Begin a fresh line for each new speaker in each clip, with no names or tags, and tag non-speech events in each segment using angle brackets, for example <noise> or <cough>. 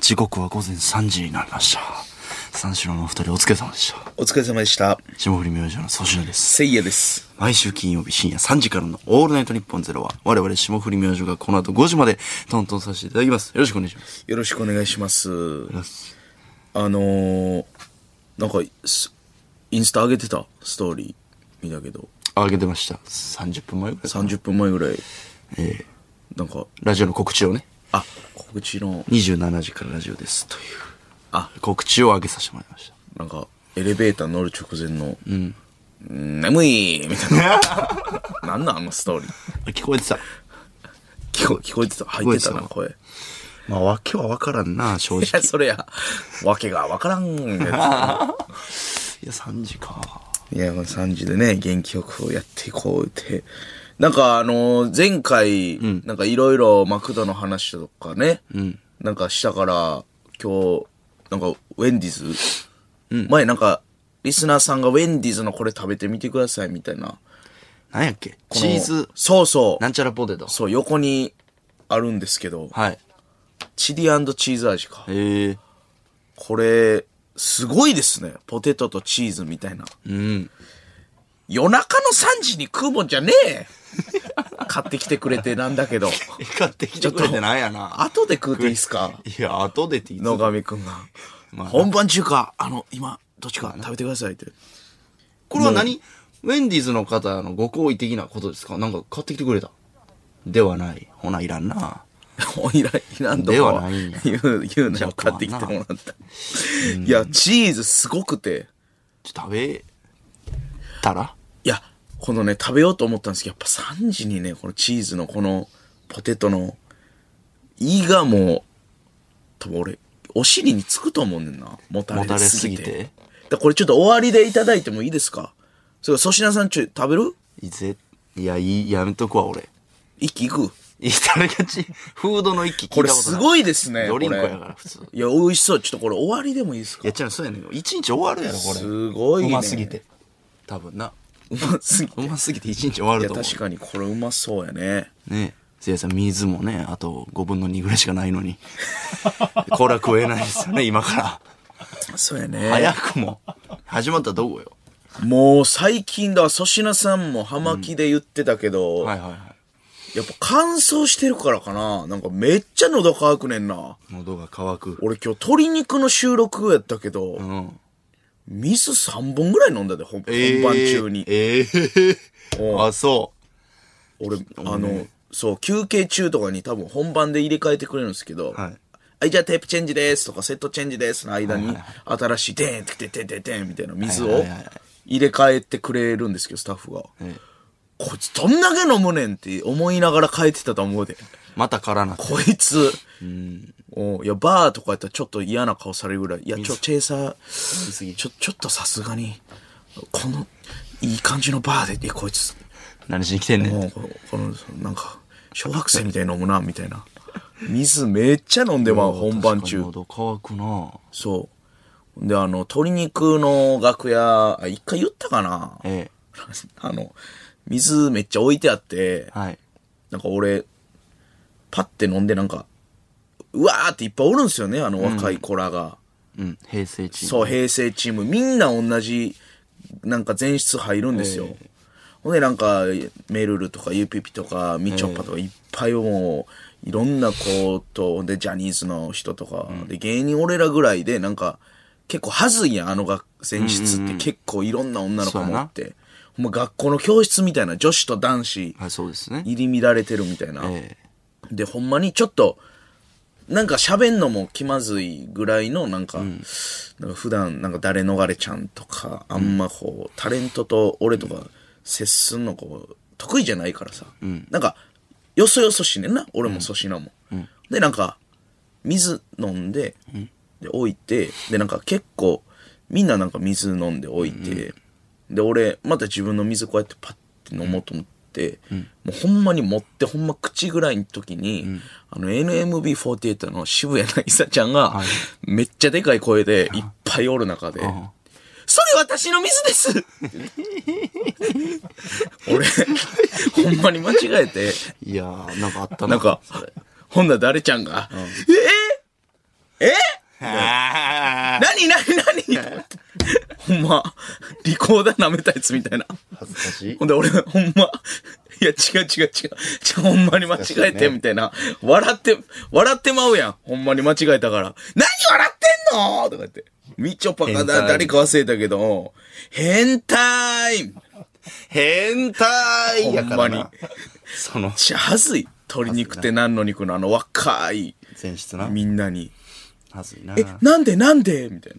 時刻は午前3時になりました三四郎のお二人お疲れ様でした
お疲れ様でした。
霜降り明星の粗品です
せいやです。
毎週金曜日深夜3時からの「オールナイトニッポンゼロは我々霜降り明星がこの後5時まで担当させていただきますよろしくお願いします
よろしくお願いします。
ます
あのー、なんか、すインスタ上げてたストーリー見たけど、
あ上げてました30分前ぐらい
30分前ぐらい、
ええ
なんか、
ラジオの告知をね
あ、告知の、
27時からラジオですという
あ、
告知を上げさせてもらいました
なんか、エレベーター乗る直前の、うん、眠いみたいな。 <laughs> なんなんあのストーリー。
あ聞こえてた
聞こ聞こえてた入ってたな、
聞
声。い
まあ訳は分からんな正直
<laughs> や、それや、わけがわからんやつ。
いや3時か
いや、この3時でね、元気よくやっていこうって。なんかあのー前回、なんかいろいろマクドの話とかね、なんかしたから、今日、なんかウェンディーズ、前なんか、リスナーさんがウェンディーズのこれ食べてみてくださいみたいな。
なんやっけ
こ
チ
の
ーズ
そうそう
な。んちゃらポテト
そう、横にあるんですけど、
はい
チリチーズ味か。
ええ
これ、すごいですね。ポテトとチーズみたいな。
うん
夜中の3時に食うもんじゃね
<laughs>
え買ってきてくれてなんだけど。
買ってきてくれてないやな
後で食うていいっ
<laughs>
すか
いや後でっていつ
野上くんが。
まあ
本番中か、あの、今、どっちか食べてくださいって。 <laughs>
これは何ウェンディーズの方のご好意的なことですかなんか買ってきてくれたではない。ほな、いらんな。
おいら、いらんと
で
こ
はないんや
言う、言うな
じゃ
よ。
あ
買ってきてもらった。いや、チーズすごくて。
ちょっと食べたら
いや、このね、食べようと思ったんですけど、やっぱ3時にね、このチーズのこのポテトの、胃がもう、多分俺、お尻につくと思うねんな。もた
もた
れ
れ
す
す
ぎ
ぎ
て。
て。
だからこれちょっと終わりでいただいてもいいですかそれ粗品さんちょい食べる
いぜ、いや、いい、やめとくわ、俺。
息いく
いただきがち。フードの一気聞いたこ
ことれ
ない。
すご
い
いですね。
ドリンクや
こ
か
れ
ら、普通。い
いや、美味しそう。ちょっとこれ終わりでもいいですか
や、ちゃうそうやねん。一日終わるやろ、これ。
すごいね
うますぎて。多分な。
うますぎて。
う
い
ますぎて一日終わる
や、
と思う。
確かにこれうまそうやね。
ねせいやさん、水もね、あと5分の2ぐらいしかないのに。 <laughs> これは食えないですよね、今から。
そうやね。
早くも。始まったらどこよ。
もう最近だ、粗品さんも葉巻で言ってたけど、
はいはいは
やっぱ乾燥してるからかな。なんかめっちゃ喉乾くねんな。
い。喉が渇く。
俺今日鶏肉の収録やったけど、
ん
水3本ぐらい飲んだで、本,、本番中に。
えーえーあ、そう。
俺、あの、そう、休憩中とかに多分本番で入れ替えてくれるんですけど、
はい
はい、じゃあテープチェンジですとかセットチェンジですの間
はい
に
はい、
新しいデーンってててててんみたいな水
はい
を
はいはいはい
入れ替えてくれるんですけど、スタッフが。
ええ
こいつどんだけ飲むねんって思いながら帰ってたと思うで。
またからなって。
こいつ、おういや、バーとかやったらちょっと嫌な顔されるぐらい、いや、ちょ、チェイサー、
すぎ
ちょ、ちょっとさすがに、この、いい感じのバーで、ね、こいつ、
何しに来てんねん。
もうこのこのなんか小学生みたいに飲むなみたいな水めっちゃ飲んでまう本番
確か
中
に喉乾くな
そうであの鶏肉の楽屋あ一回言ったかな
え
<laughs> あの水めっちゃ置いてあって
えはい。
なんか俺パッて飲んでなんかうわーっていっぱいおるんすよねあの若い子らが、
うん。平成チーム。
そう平成チームみんな同じなんか前室入るんですよ、ほんでなんかめるるとかゆぴぴとかみちょぱとかいっぱいもういろんな子とほんでジャニーズの人とか、で芸人俺らぐらいでなんか結構はずいやんあの学前室って結構いろんな女の子もおって、ほんま学校の教室みたいな女子と男子
はい、そうですね。
入り乱れてるみたいな、
え
で、ほんまにちょっと、なんか喋んのも気まずいぐらいの、なんか、なんか普段、なんか誰逃れちゃんとか、あんまこう、タレントと俺とか接すんのこう、得意じゃないからさ、なんか、よそよそしねんな、俺も粗品も。で、なんか、水飲んで、で、置いて、で、なんか結構、みんななんか水飲んで置いて、で、俺、また自分の水こうやってパッて飲もうと思って、もうほんまに持って、ほんま口ぐらいの時に、あの、NMB48 の渋谷なさちゃんが、めっちゃでかい声で、いっぱいおる中で、それ私の水です <laughs> 俺、ほんまに間違えて、
えいやー、なんかあったな。
なんか、ほんなら誰ちゃんが、えええ
あ
何何何と思って。ほんま、リコーダー舐めたやつみたいな。
ー <laughs> 恥ずかしい
ほ。んで俺、ほんま、いや、違う違う違う。じゃほんまに間違えて、みたいな。笑って、笑ってまうやん。ほんまに間違えたから。何笑ってんのとか言って。みちょぱか
変
だ、
態
誰か忘れたけど、変態
変態やから
ほんま
な
に。
その、
じゃはずい。鶏肉って何の肉のあの若い
前室な。
みんなに。
恥ずいな。
え、なんでなんでみたいな。い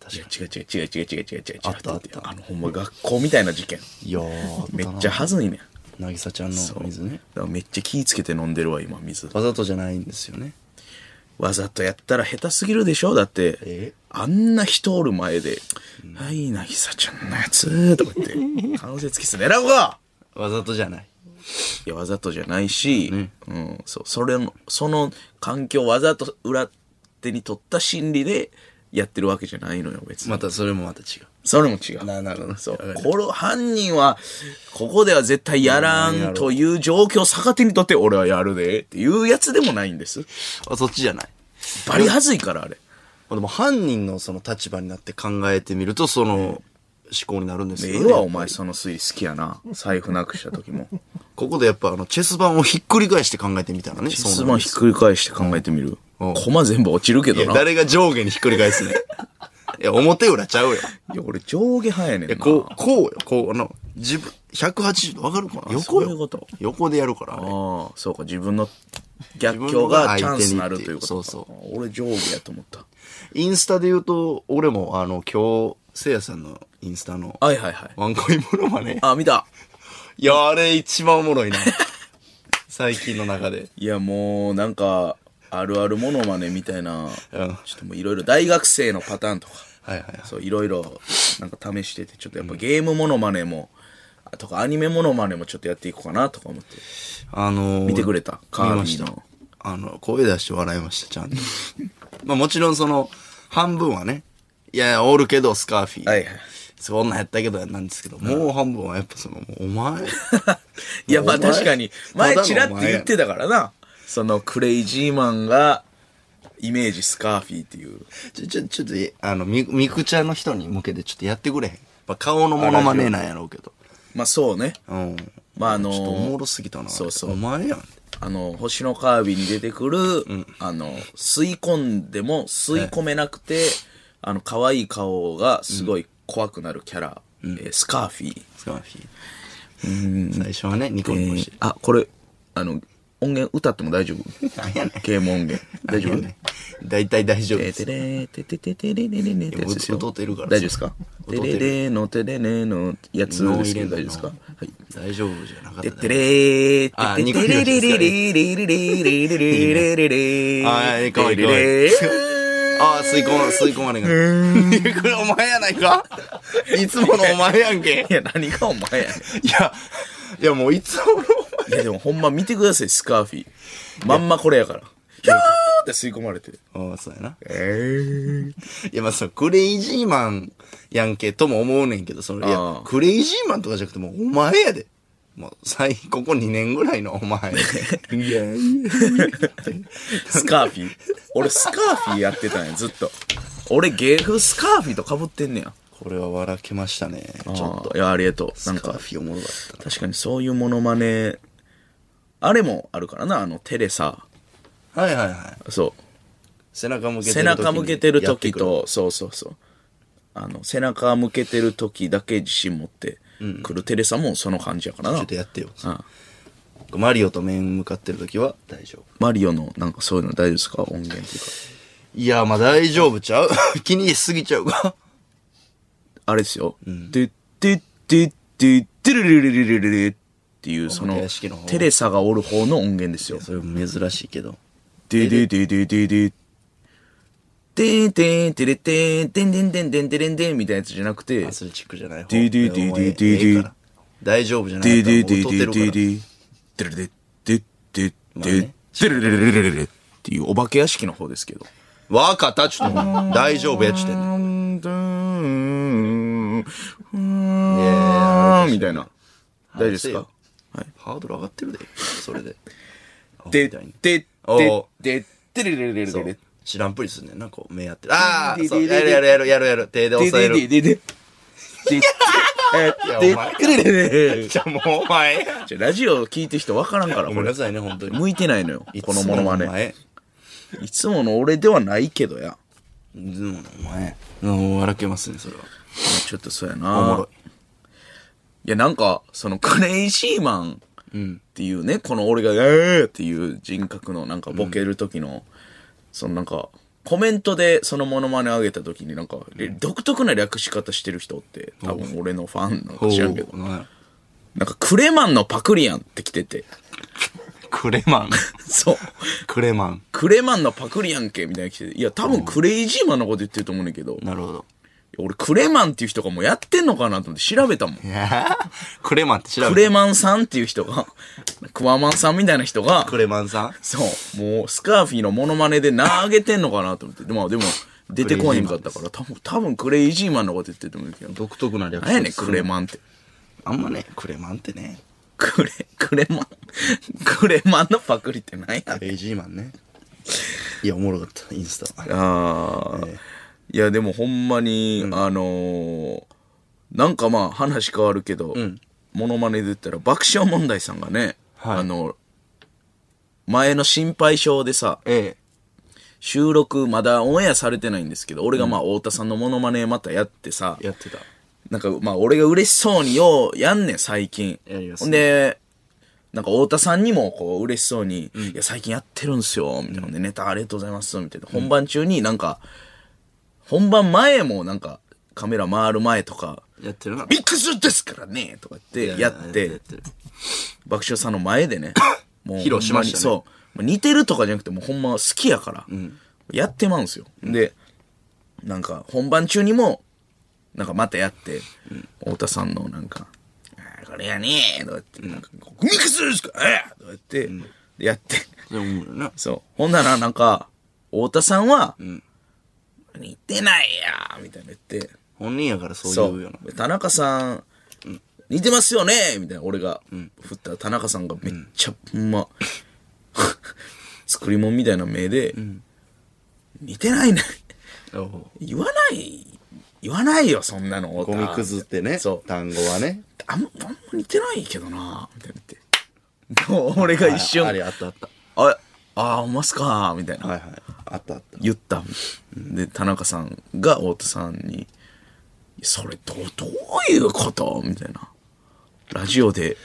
確
や
か
違う違う違う違う違う違う違う違う。
あったあった
あの、ほんま学校みたいな事件。
に。よー
めっちゃはずいねん。だか
なぎさちゃんの水ね。
らめっちゃ気ぃつけて飲んでるわ、今、水。
わざとじゃないんですよね。
わざとやったら下手すぎるでしょだって、
え
あんな人おる前で、はい、なぎさちゃんのやつ、とか
<laughs>
言って、関節キス狙うか
わざとじゃない。
いや、わざとじゃないし、うん、そう、それの、その環境をわざと裏手に取った心理でやってるわけじゃないのよ、別に。
またそれもまた違う。
それも違う。
ななるほど
そう
わかる。
これ、犯人は、ここでは絶対やらんという状況を逆手にとって、俺はやるで、っていうやつでもないんです。
あ、そっちじゃない。
バリはずいから、あれ。
まあでも犯人のその立場になって考えてみると、その思考になるんです
え
よ、
え
ね。
わ、お前、その推理好きやな。財布なくした
<laughs>
時も。
ここでやっぱあの、チェス盤をひっくり返して考えてみたらね。
質
そうなん
問
で
ひっ
す
くり返して考えてみる。
うん
コマ全部落ちるけど
いや
な。
誰が上下にひっくり返 <laughs> すねん。いや、表裏ちゃうよ。
いや、俺、上下派やねん
い
な。
や、こう、こうよ。こう、あの、自分、180度わかるかな横よ。
そういうこと
横でやるから、あれ
ああ、そうか、自分の逆
自分の
境が
が
チャ
相
ン
手
ス
に
に
っていう
なるということか。
そうそ
俺、上下やと思った。
インスタで言うと、俺も、あの、今日、せいやさんのインスタの、
はいはいはい。
ワンコインモノマネ。
あ、見た。
いや、あれ一番おもろ
<laughs>
いな。最近の中で。
いや、もう、なんか、あるあるモノマネみたいな、
うん
ちょっともういろいろ、大学生のパターンとか、
はいはいはい。
そう、いろいろ、なんか試してて、ちょっとやっぱゲームモノマネも、とか、アニメモノマネもちょっとやっていこうかな、とか思って。
あのー、
見てくれたカ
見
ービィの
ました。あの、声出して笑いました、ちゃんと。 <laughs> まあもちろんその、半分はね、いやいや、おるけど、スカーフィー。
はいはい
そんなんやったけど、なんですけど、もう半分はやっぱその、もうお前。 <laughs>
いや、まあ
お前
確かに、前
ただの
チラって言ってたからな。そのクレイジーマンが、イメージスカーフィーっていう。
ちょ、ちょ、ちょっと、えあの、み、みくちゃんの人に向けてちょっとやってくれへん。やっぱ顔のモノマネなんやろうけど。
まあそうね。
うん。
まああの
ちょっとおもろすぎたな。
そうそう
お前やん。
あの、星のカービィに出てくる、あの、吸い込んでも吸い込めなくて、あの、可愛い顔がすごい怖くなるキャラ、えースカーフィー。
スカーフィー。最初はね、ニコニコして。
あ、これ、あの、音源歌っても大丈夫
なんやねん。
ゲーム音源。大丈夫
なんやねん大体大丈夫
て
で
て
す。
れててててれれれれってやつですよ
いや歌ってるから
大丈夫ですか
歌
て
ってる
れれのてれれのやつですけど大丈夫ですか
脳
はい
大丈夫じゃなかった
て
ね。
てれ
あ
てて
ニコ
て
ニコ
れれれれれ
して
れれれれれれ
あーかわいいかわいいああ、吸い込ま、吸い込まれんが。いやこれお前やないかいつものお前やんけ。
いや何がお前やね
いや、いやもういつものお
んいやでもほんま見てくださいスカーフィーまんまこれやからひゃーって吸い込まれて
前。ああ、そうやな。
えー
いや、まあ、そのクレイジーマンやんけとも思うねんけど、その、い
あ
や
あ、
クレイジーマンとかじゃなくてもうお前やで。もう、最、ここ2年ぐらいのお前。いや、いや
スカーフィー俺スカーフィーやってたんやずっと俺芸風スカーフィーとかぶってんねや
これは笑けましたね。ちょっ
ちょっ
と。
といやありがとう
な
な
んん
か
か、フィおもろかった。
確かにそういうモノマネあれもあるからなあのテレサ
はいはいはい。
そう
背中向けてる
背
時に
中向けてる
やって
時
くる。
とそうそうそうあの背中向けてる時だけ自信持ってくるテレサもその感じやからな、
ちょっとやってよ。
うん
マリオと面向かってる時は大丈夫。
マリオのなんかそういうの大丈夫ですか音源っていうか
いや、まあ大丈夫ちゃう気にしすぎちゃうか。
あれですよ「ドゥドゥドゥドゥドゥルルルルルルル」っていうその
お化け屋敷の方
テレサがおる方の音源ですよ
それも珍しいけど。
でででででで。でんでんてれてん、でんでんでんでんでんでんみたいなやつじゃなくて、
アスレチックじゃない方。
ディディディディディディ
いやお前ええから大丈夫じゃない
で
からも
で
う劣っ
でで
て
で
るから
で、でれで、ででで、でれれれれれれれっていうお化け屋敷の方ですけど。
わかった、ちょっと。大丈夫や、ちょっとやんね。
みたいな。大丈夫ですか
ハードル上がってるで。それで。
で、で、で、で、でれれれれれれ。
知らんぷりすんねんな、こう、目やってる。ああ、
で
そう、
で
やるやるやるやるやる。手で押さえる。
でででで
いやお前
でででで
じゃあもうお前。
じゃラジオ聞いてる人分からんから、
ご
こ
めんな
れ。
さいね、本当に。
向いてないのよ、このモノマネ。
ね。
いつもの俺ではないけどや。
いつものお前。うん、笑けますね、それは。
ちょっとそうや
おも
な
ろ。
いや、なんか、そのクレイシーマン
い。うん。
っていうね、この俺が、えーっていう人格の、なんかボケる時の、そのなんか、コメントでそのモノマネ上げた時になんか、れ独特な略し方してる人って、多分俺のファンなんか知らんけど、
おうなんや
なんかクレマンのパクリアンって来てて、
クレ <laughs> マン。
<laughs> そう。
クレマン。
クレマンのパクリやんけみたいな来てていや、多分クレイジーマンのこと言ってると思うねんだけど、
なるほど。
俺クレマンっていう人がもうやってんのかなと思って調べたもん。
いやークレマンって調べて
クレマンさんっていう人が、クワマンさんみたいな人が、
クレマンさん
そう、もうスカーフィーのモノマネで投げてんのかなと思って、でも、でも出てこへんかったから、多分、多分クレイジーマンのこと言ってると思うけど、
独特な略
なんやねん、クレマンって。
あんまね、クレマンってね。
クレ、クレマン、クレマンのパクリってなんやねん
クレイジーマンね。いや、おもろかった、インスタ。
ああ、いやでもほんまに、あのーなんかまあ話変わるけど、モノマネで言ったら爆笑問題さんがね、
はい
あの前の心配性でさ
え
収録まだオンエアされてないんですけど俺がまあ太田さんのモノマネまたやってさ、
え、やってた。
なんかまあ俺が嬉しそうにようやんねん最近
やりますね
ほんでなんか太田さんにもこう嬉しそうに「いや最近やってるんすよ」みたいなので「ネタありがとうございます」みたいな本番中になんか本番前もなんかカメラ回る前とか
やってるな
「。ビッグスですからね」とか言ってや
や
って
てる。
爆笑さんの前で <coughs> ねもう
披露しましたね
ほんにそうもう似てるとかじゃなくてもうほんま好きやから、やってまうんすよでなんか本番中にもなんかまたやって、太田さんのなんか「あーこれやねえ」とか言って「なんかこうミックスですかええ!」とか言って、やって
でもおもろいな。
そうほんならなんか太田さんは「似てないや」みたいな言って
本人やからそ
そう
言うよ
う。田中さん、似てますよねみたいな、俺が、振ったら田中さんがめっちゃ、ほんま、作り物みたいな目で、似てないね。
な。おう
言わない、言わないよ、そんなの。
ゴミくずってね、
そう
単語はね。
あんま、あんま似てないけどな、みたいな言って。もう俺が一瞬、
ああ
あ
れ、あったあった。
あ、あー、ほんまっすかみたいな。
はいはい。あったあった。
言った。で、田中さんが太田さんに、それどう、どういうことみたいな。ラジオで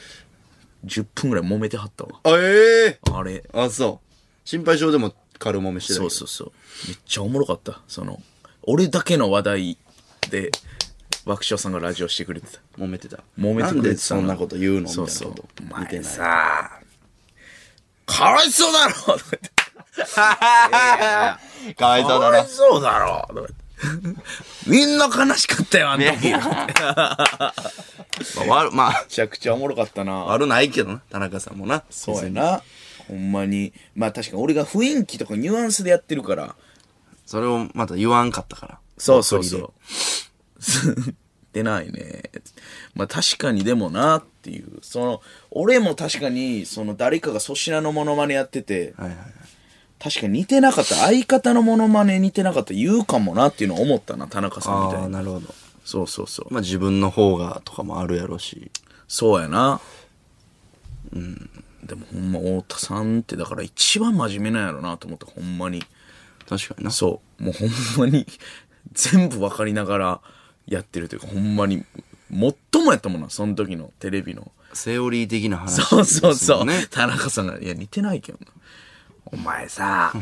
10分ぐらい揉めてはったわ。
あ、ええ
あれ、
あ、そう。心配性でも軽もめしてたけど
そうそうそう。めっちゃおもろかった。その、俺だけの話題で、爆笑さんがラジオしてくれてた。
揉めてた。
揉めて
なん
くれてた
でそんなこと言うのみたいな
そ
こ
うそう
と。。
お
見てな
前
い。
さかわいそうだろとか言って
かわいそうだ
かわい
な。
そうだろとか言ってみんな悲しかったよ、あん時。
まあ悪、まあ、
めちゃくちゃおもろかったな。
悪ないけどな、田中さんもな。
そうやな。ほんまに。まあ確かに俺が雰囲気とかニュアンスでやってるから。
それをまた言わんかったから。
そうそうそ
送
う。 <laughs> 出ないね。まあ確かにでもなっていう。その、俺も確かに、その誰かが粗品のモノマネやってて、
りで。はいはい。
確かに似てなかった。相方のモノマネ似てなかった。言うかもなっていうのを思ったな、田中さんみ
あ
た
あ、
いな。
なるほど。
そうそうそう。
まあ自分の方がとかもあるやろし。
そうやな。うん。でもほんま、太田さんってだから一番真面目なんやろなと思って、ほんまに。
確かにな。
そう。もうほんまに、全部わかりながらやってるというか、ほんまに、最もやったもんな、その時のテレビの。
セオリー的な話、
<laughs> そうそうそう。
ね。
田中さんが、いや、似てないけどな。お前さ、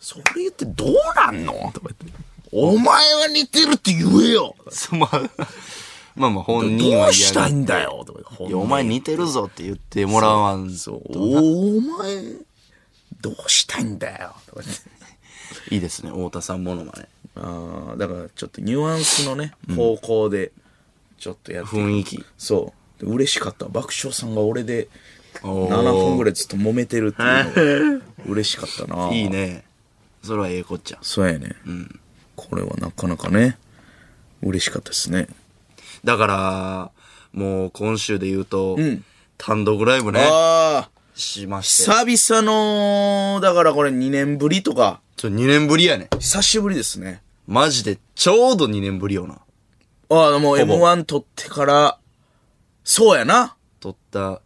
それ言ってどうなんのとか言って。お前は似てるって言えよ
そうまあ、まあまあ本人
ど
は
うしたい
い
んだよとか言って。
や、お前似てるぞって言ってもらわん
そう
ぞ。。
お前、どうしたいんだよとか言って。
いいですね、太田さんものまね。
ああ、だからちょっとニュアンスのね、方向で、ちょっとやって、
雰囲気。
そう。嬉しかった。爆笑さんが俺で、
おー
7分ぐらいずっと揉めてるっていう
<laughs>
のが、嬉しかったな。
いい。ね。それはええこっちゃ。
そうやね。これはなかなかね、嬉しかったですね。
だから、もう今週で言うと、
ん
単独ライブね、
ああ、
しまして。
久々の、だからこれ2年ぶりとか、
ちょ、2年ぶりやね。
久しぶりですね。
マジで、ちょうど2年ぶりよな。
ああ、もう
ほぼ
M1 撮ってから、そうやな。
撮った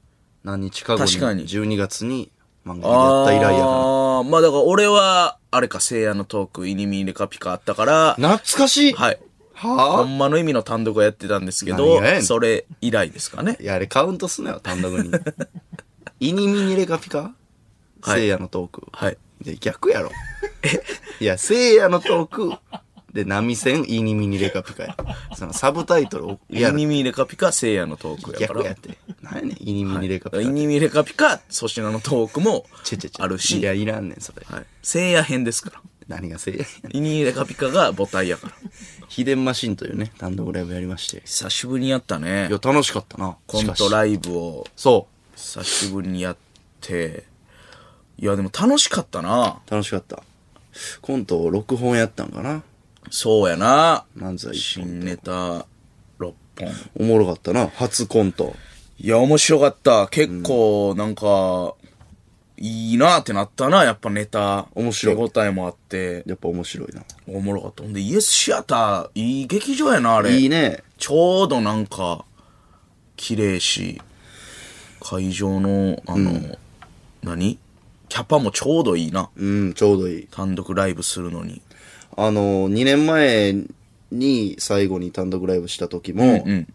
何日か後に、
確かに
12月に漫画やった以来やか
ああ、まあだから俺は、あれか、聖夜のトーク、イニミレカピカあったから、
ら。懐かしい
はい。ほ
は
んまの意味の単独をやってたんですけ
何がやね
ど、
ん
それ以来ですかね
ぁ。いや、あれカウントすなよ、単独 <laughs> に。イニミニレカピカ
はい
せいやのトーク。
はい。
いや、逆やろ。いや、せいやのトーク。で、波線、イニミニレカピカや。そのサブタイトルを、い
イ
や、
ニミレカピカ、聖夜のトークやか
逆やっ
ら。
て。何やねん、イニミニレカピカ
イ
って。
ニミレカピカ、粗品のトークも
ちょちょちょ
あるし
い、や、いらんねん、それ。
はい。聖夜編ですから。
何がせいやねん。
イニレカピカが母体やから。
秘伝マシンというね、単独ライブやりまして。
久しぶりにやったね
いや、。楽しかったな。
コン
し
ト
かし
ライブを
そ
久しぶりにやって、いやでも楽しかったな。
う。楽しかった。コントを6本やったんかな。
そうやな。
漫才一本
新ネタ6本。
おもろかったな。初コント。
いや、面白かった。結構、なんか、いいなってなったな、やっぱネタ。
面白い
手応えもあって、
やっぱ面白いな。
おもろかった。ほんで、イエスシアター、いい劇場やな、あれ。
いいね。
ちょうどなんか、綺麗し、会場の、あの、何キャパもちょうどいいな。
うん、ちょうどいい。
単独ライブするのに。
あの、2年前に最後に単独ライブした時も、
うん。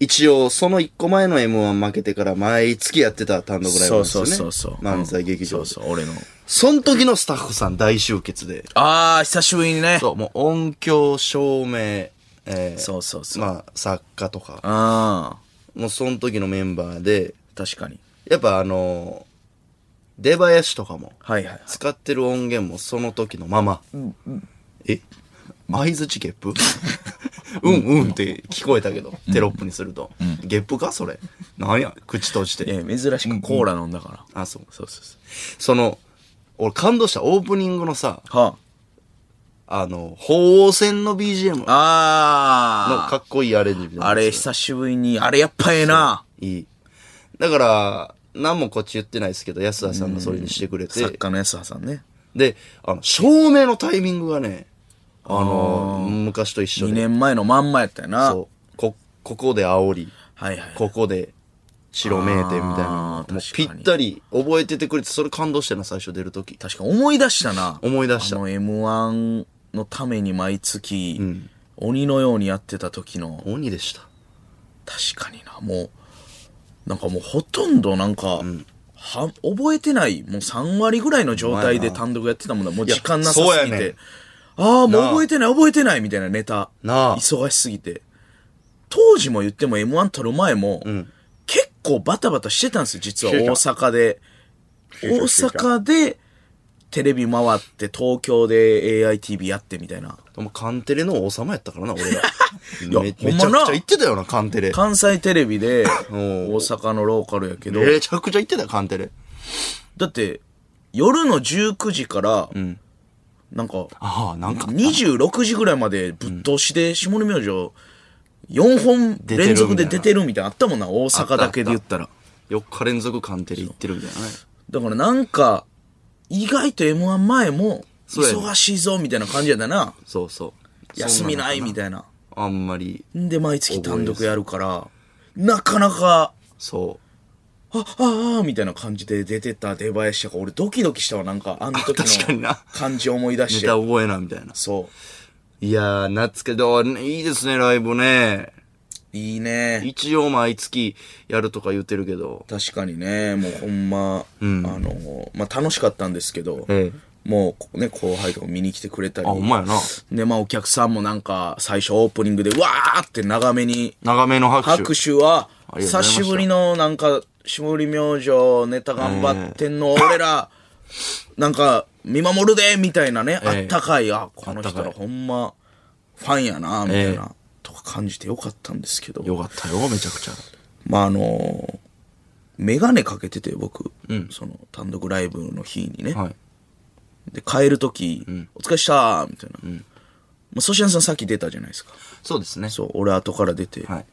一応その1個前の M1 負けてから毎月やってた単独ライブ
そ
なん
う
です
そ
よ
う
ね。
そうそう。
漫才劇場
う
で
んそうそう、俺の。
その時のスタッフさん大集結
<laughs>
で。
ああ、久しぶりにね。
そう、もう音響、照明、えー、
そうそうそう。
まあ、作家とか、
ああ、
もうその時のメンバーで、
確かに。
やっぱあのー出囃子とかも、
はいはいはい。
使ってる音源もその時のまま。え合図ゲップうんうんって聞こえたけど、テロップにすると。ゲップかそれ。なんや口閉じて。
ええ、珍しくコーラ飲んだから。
あ、そう。
そうそうそ
その、俺感動したオープニングのさ、
う。は
あの、鳳凰戦の BGM の
あ。
かっこいいアレンジみたいな。
あれ、久しぶりに、あれやっぱええな。
いい。だから、何もこっち言ってないですけど、安田さんがそれにしてくれて。
作家の安葉さんね。
で、あの、照明のタイミングがね、あの、昔と一緒で。
2年前のまんまやったよな。
そう。こ、ここで煽り、
はいはい。
ここで白名店みたいな
あ。ー
もうぴ
確かに
ったり覚えててくれて、それ感動してな、最初出るとき。
確か思い出したな。
思い出した
あの M1 のために毎月、鬼のようにやってた時の、
鬼でした。
確かにな、もう、なんかもうほとんどなんか、は覚えてない、もう3割ぐらいの状態で単独やってたもんだ。もう時間なさす
いやそう
ぎ
やね
て。
ん
ああ、もう
なあ
覚えてない、覚えてないみたいなネタ。
なあ
忙しすぎて。当時も言っても M1 撮る前も、結構バタバタしてたんですよ、実は
して
大
た
阪で。大
てたしてた
阪で、テレビ回って東京で AITV やってみたいな。
もうカンテレの王様やったからな、
<laughs>
俺ら。
や
め
ほん
め
ま
ちゃ
な
くちゃ言ってたよな、カンテレ。
関西テレ
<laughs>
ビで、
ん
大阪のローカルやけど、
めちゃくちゃ言ってたよ、カンテレ。
だって、夜の19時から、なんか、
ああ、なんか、
26時ぐらいまでぶっ通しで下根明星4
出てるみ
本
たいな
連続で出てるみたいなあったもんな、大阪だけで言ったら。
4日連続カンテレ行ってるみたいなね。
だからなんか、意外と M1 前も、
そうやね
忙しいぞみたいな感じやったな。
そうそう。
休みないみ
い
たいな。
な。あんまり、
んで、毎月単独やるから、なかなか、
そう。
あ、あ、ああ、みたいな感じで出てた出囃子とか、俺ドキドキしたわ、なんか、あの時
あ <laughs> 確かに
の
な
感じ思い出し
ネ
て
タ。覚えな、みたいな。
そ
いやー、夏けど、いいですね、ライブね。
う。いいね。
一応毎月やるとか言ってるけど。
確かにね、もうほんま、あの、まあ、楽しかったんですけど、
ええ
もうね、後輩とか見に来てくれたり。
あ、ほんまやな。
で、まあ、お客さんもなんか、最初オープニングで、わーって長めに、
長めの拍手。
拍手は、
ありがとうございま
久
した
しぶりのなんか、下り明星ネタ頑張ってんの、俺ら、なんか、見守るでみたいなね、
ええ
あったかい、あ、この
あっ
人
たからい
ほんま、ファンやな、みたい
え
な、とか感じてよかったんですけど。
よかったよ、めちゃくちゃ。
まああのメガネかけてて僕、その単独ライブの日にね、
はい。
で帰る時、お疲れっした」みたいな、まあ、粗品さんさっき出たじゃないですか
そうですね。
そう俺後から出て、
はい。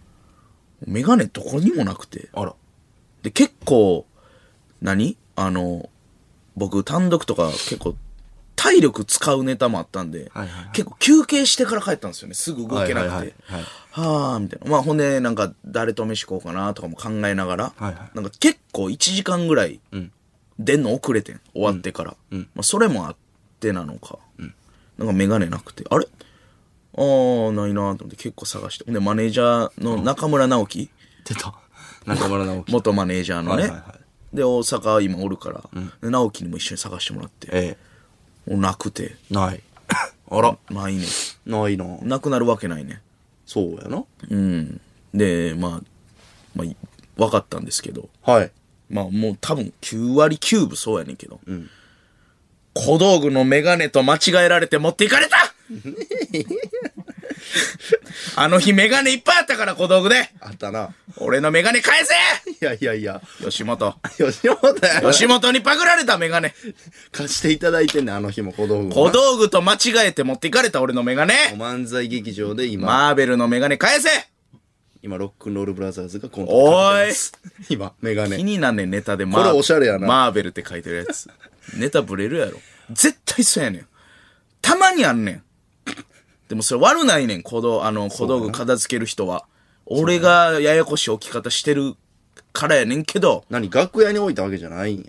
メガネどこにもなくて
あら。
で結構何あの僕単独とか結構体力使うネタもあったんで、
はいはいはい
結構休憩してから帰ったんですよね。すぐ動けな
はいはいは
く
い
て。
はい
はあみたいな。まあ、ほんで、なんか、誰と飯食おうかなとかも考えながら、
はいはい
なんか結構1時間ぐらい
ん、
出んの遅れてん。終わってから。まあ、それもあってなのか。なんかメガネなくて、あれああ、ないなと思って結構探して。ほんで、マネージャーの中村直樹、
出た。中村直 <laughs> 樹。
元マネージャーのね。
はいはいは
で、大阪今おるから、で直樹にも一緒に探してもらって。
え
もうなくて。
え。ない。 <laughs> あら、
まあいいね。
ないな。
なくなるわけないね。
そうやな。
うん。で、まあ、まあい、分かったんですけど、
はい。
まあもう多分9割9分そうやねんけど、小道具のメガネと間違えられて持っていか
<laughs>
れたあの日メガネいっぱいあったから小道具で
あったな。
俺のメガネ返せ
いやいやいや。
吉本。
吉本やな
吉本にパクられたメガネ。
貸していただいてんねんあの日も小道具を
小
な。
道具と間違えて持っていかれた俺のメガネ
漫才劇場で今、
マーベルのメガネ返せ
今、ロックンロールブラザーズがコントを
お
かけて
い
ます。今、メガ
気
ネ。
になんねんネタで
これおしゃれやな
マーベルって書いてるやつ。ネタブレるやろ。絶対そうやねん。たまにあんねん。でもそれ悪ないねん、小道、あの、小道具片付ける人は。俺がややこしい置き方してるからやねんけど、
何楽屋に置いたわけじゃないんや。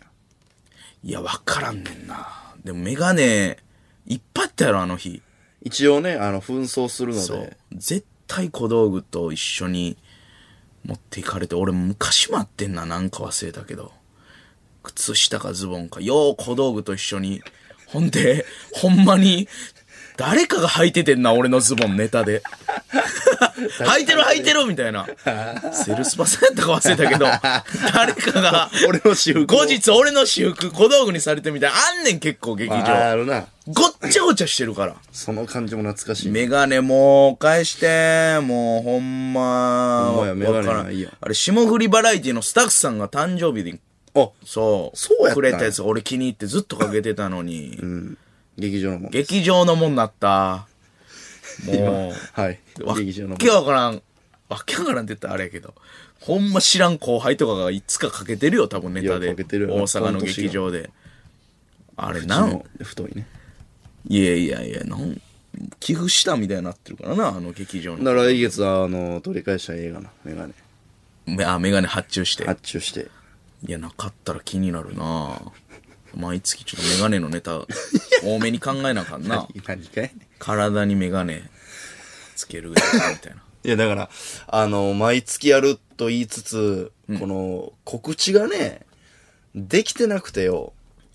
いや、わからんねんな。でもメガネ、いっぱいあったやろ、あの日。
一応ね、あの、紛争するの
そう
で。。
絶対小道具と一緒に持っていかれて、俺昔もあってんな、なんか忘れたけど。靴下かズボンか、よう小道具と一緒に。ほんで、 <laughs> ほんまに、誰かが履いててんな、俺のズボンネ
<laughs>
タで。履いてる履いてるみたいな。セルスパさんやったか忘れた
<laughs>
けど、誰かが、
俺の私服を。
後日俺の私服小道具にされてみたいな、あんねん結構劇
あ
場。
ーあるな。
ごっちゃごちゃしてるから。
その感じも懐かしい。
メガネもう返して、もうほんま。
ほんまやメガネ
わからん
ないやん
あれ、霜降りバラエティのスタッフさんが誕生日で、
あ、
そう、
そうやったんや
くれたやつ俺気に入ってずっとかけてたのに、
劇場のもん。
劇場のもんなった。も
はい。
う、わっ
劇場のもん
け。わからん。わっけわからんって言ったらあれやけど、ほんま知らん後輩とかがいつかかけてるよ、多分ネタ
い
で。
やかけてるよ
大阪の劇場で。あれな
あ
ん
の太いね。
いやいやいや、なん、寄付したみたいになってるからな、あの劇場の。
なら来月は、あの、取り返した映画な、メガネ。
めあ、メガネ発注して。
発注して。
いや、なかったら気になるな毎月ちょっとメガネのネ
<laughs>
タ、多めに考えなあかんな。
何かい
体にメガネつけるやつみたいな。
いや、だから、あの、毎月やると言いつつ、この、告知がね、できてなくてよ、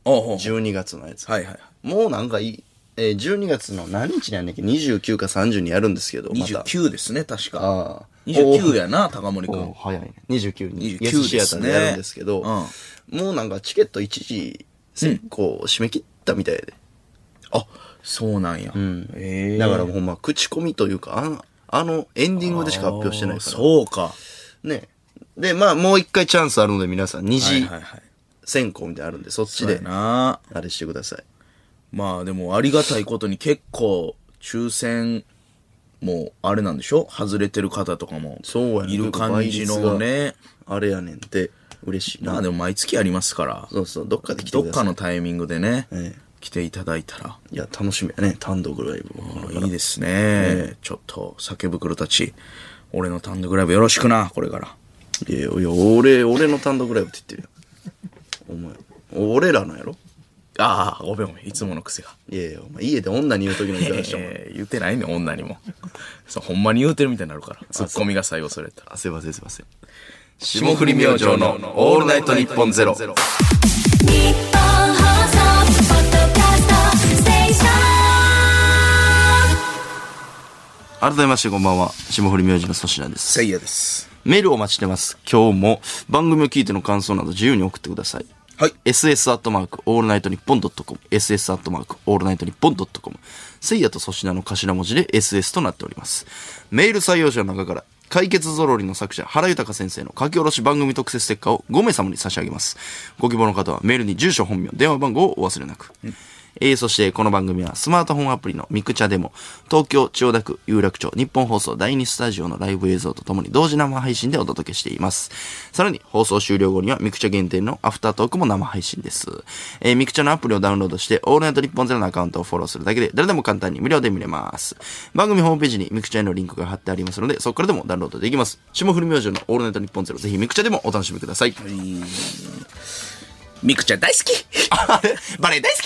おうほう
12月のやつ。
はいはい。
もうなんかいい、えー12月の何日にやんねんけど、29か30にやるんですけど、また。
29ですね、確か。
ああ。
29やな、高森
お
く
お
ん。
早いね。29に。
29
Yes シアターでやるんですけど、
です
もうなんかチケット一時、結構締め切ったみたいで。
あ、そうなんや。
ん
ええ
だからほんま、口コミというか、あの、あのエンディングでしか発表してない
あー
から。
そうか。
ね。で、まあ、もう一回チャンスあるので、皆さん、二
はい
次
はいはい。
選考みたいなのあるんで、そっち
そうや
で、
な。
あれしてください。
まあでもありがたいことに結構抽選もあれなんでしょ外れてる方とかも
そうやね
いる感じのね。
あれやねんって、嬉しい
ま
な
あ。でも毎月ありますから、
そうそう、どっかで来て
ど
く
っ
ださ
か
い。
のタイミングでね、
ええ
来ていただいたら。
いや、楽しみやね、単独ライブ。
いいですね。ちょっと、酒袋たち、俺の単独ライブよろしくな、これから。
いやいや、俺、俺の単独ライブって言ってるやん。お前、俺らのやろ
ああ、ごめんごめん、いつもの癖が。
いやいや、お前、家で女に言う時の言い方してもらう。
えー言ってないね、女にも。そうほんまに言うてるみたいになるから、ツッコミが採用されたら。
あ、すいません、すいません。
<laughs> 霜降り明星のオールナイトニッポンゼロ
日本放送ポッドキャストステーション
改めまして、こんばんは。霜降り明星の粗品です。
せいやです。
メールをお待ちしてます。今日も番組を聞いての感想など自由に送ってください。
はい。
ss アットマークオールナイトニッポンドットコム ss アットマークオールナイトニッポンドットコムせいやと粗品の頭文字で ss となっておりますメール採用者の中から解決ぞろりの作者原豊先生の書き下ろし番組特設ステッカーを5名様に差し上げますご希望の方はメールに住所本名電話番号をお忘れなく、えーそしてこの番組はスマートフォンアプリのミクチャでも、東京、千代田区、有楽町、日本放送第2スタジオのライブ映像とともに同時生配信でお届けしています。さらに放送終了後にはミクチャ限定のアフタートークも生配信です。えーミクチャのアプリをダウンロードして、オールナイト日本ゼロのアカウントをフォローするだけで、誰でも簡単に無料で見れます。番組ホームページにミクチャへのリンクが貼ってありますので、そこからでもダウンロードできます。霜降り明星のオールナイト日本ゼロ、ぜひミクチャでもお楽しみください。
ミクちゃん大好き
あれ <laughs> バレエ大好き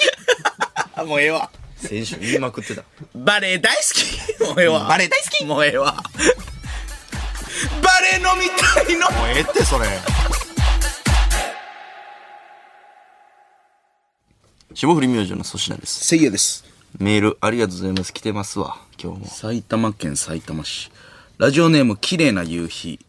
もうええわ。先週言いまくってた。
バレエ大好きもうええわ。
バレエ大好き
もうええわ。
バレエ飲みたいのもうええってそれ霜降り明星の粗品です
せいやです。
メールありがとうございます来てますわ今日も
埼玉県埼玉市。ラジオネーム、綺麗な夕日。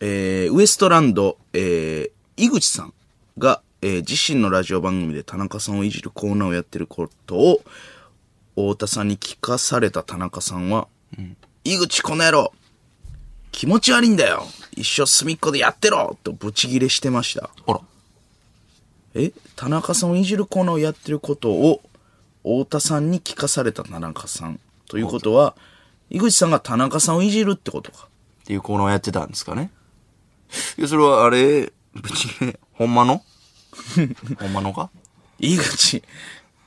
えー、ウエストランド、えー、井口さんが、えー自身のラジオ番組で田中さんをいじるコーナーをやってることを、太田さんに聞かされた田中さんは、井口この野郎気持ち悪いんだよ一生隅っこでやってろとブチギレしてました。
ほら
え田中さんをいじるコーナーをやってることを太田さんに聞かされた田中さんということは井口さんが田中さんをいじるってことか
っていうコーナーをやってたんですかねいやそれはあれぶち切れほんま
<laughs>
のほんまのか
井口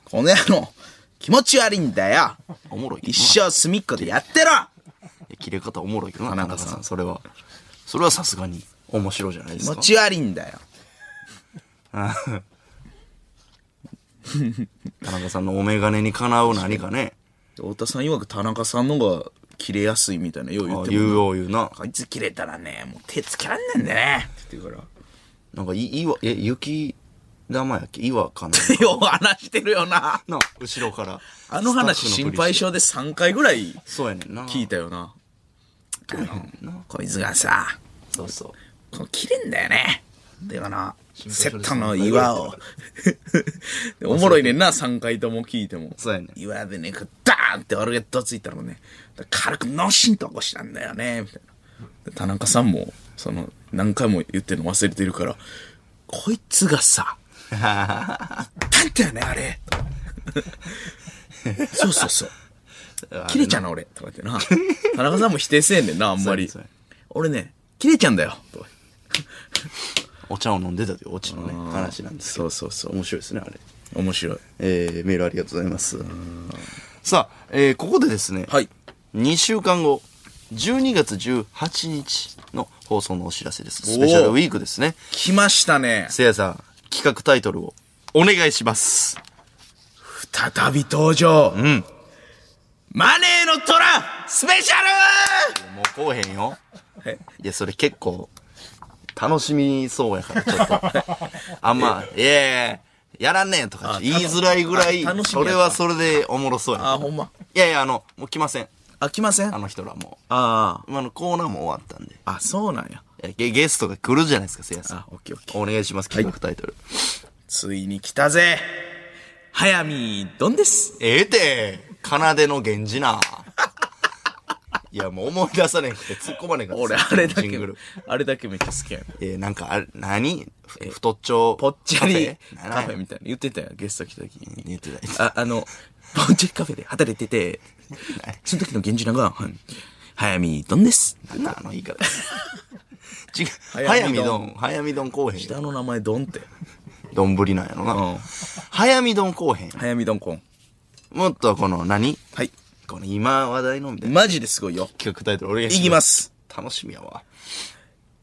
この野郎気持ち悪いんだよ
おもろいけどな
一生隅っこでやって
い
ろ
や切れ方おもろいけどな
田中さん
それはそれはさすがに面白いじゃないで
気
す
持
か
ち悪いんだよ
田中さんのお眼鏡にかなう何かね
太田さん曰く田中さんの方が切れやすいみたいなよう
あ
言って
言う
も
よう言うな
こいつ切れたらねもう手つけらんねえんだねって言うから
なんかいいいわえ雪玉やっけ岩
<laughs>
かな
よう話してるよな
な後ろから
あの話
スタッ
心
フのふり
配
して
性で3回ぐらい
そうやねんな
聞いたよな
な
こいつがさ
そうそう
こう切れんだよねでこのセットの
心配性です
岩をでおもろいねんな3回とも聞いても
そうやねん
岩でねこうダーンって俺がどついたのねだから軽くのしんと起こしたんだよねみたいなで田中さんもその何回も言ってるの忘れてるからこいつがさなんだよねあ <laughs> れそうそうそう切れちゃうな俺とか言ってな田中さんも否定せえんねんなあんまり
そうやね
俺ね切れちゃうんだよとか
<laughs> お茶を飲んでたというオチのね話なんですけど
そうそうそう
面白いですねあれ
面白い
えー、メールありがとうございますさあ、えー、ここでですね、
はい
2週間後12月18日の放送のお知らせですスペシャルウィークですね
来ましたね
せいやさん企画タイトルをお願いします
再び登場
ん
マネーの虎スペシャ
もうこうへんよ
え
いやそれ結構楽しみそうやからちょっ
<laughs>
とあんま「いやいややらんねん」とか言いづらいぐらい
あ楽し
そ
みや
れはそれでおもろそうや
あほんま
いやいやあのもう来ません
ルあ来ません
あ
あ
の人らも
あ
う今のコーナーも終わったんで
あそうなんや
えゲゲストが来るじゃないですかせいやさん
あオッケーオッケー
お願いします企画タイトル、
ついに来たぜ早見どんです
ええて奏での源氏
<laughs>
ないやもう思い出さねんくて突っ込まねんから
俺あれだ
ジン
け
グル
あれだけめっちゃ好きやねん
えー、なんかあれ何ふ太っちょ
ぽっちゃり
カフェ
カフェ
なんや
みたいな言ってたよゲスト来た時に
言ってた
あ、あの、ポンチェカフェで働いてて、その時の源氏名が、はい早見どんです。
なんなんあの言い
<laughs>
方。違う。
早
早
見
見
丼
丼、早見丼こうへんよ。
下の名前どんって。
丼ぶりなんやろ
うん
な。早見丼こうへん。
早見どんこん。
もっとこの何
はい。
この今話題のみたいな
マジですごいよ。
企画タイトル俺が
いきま。す。
楽しみやわ。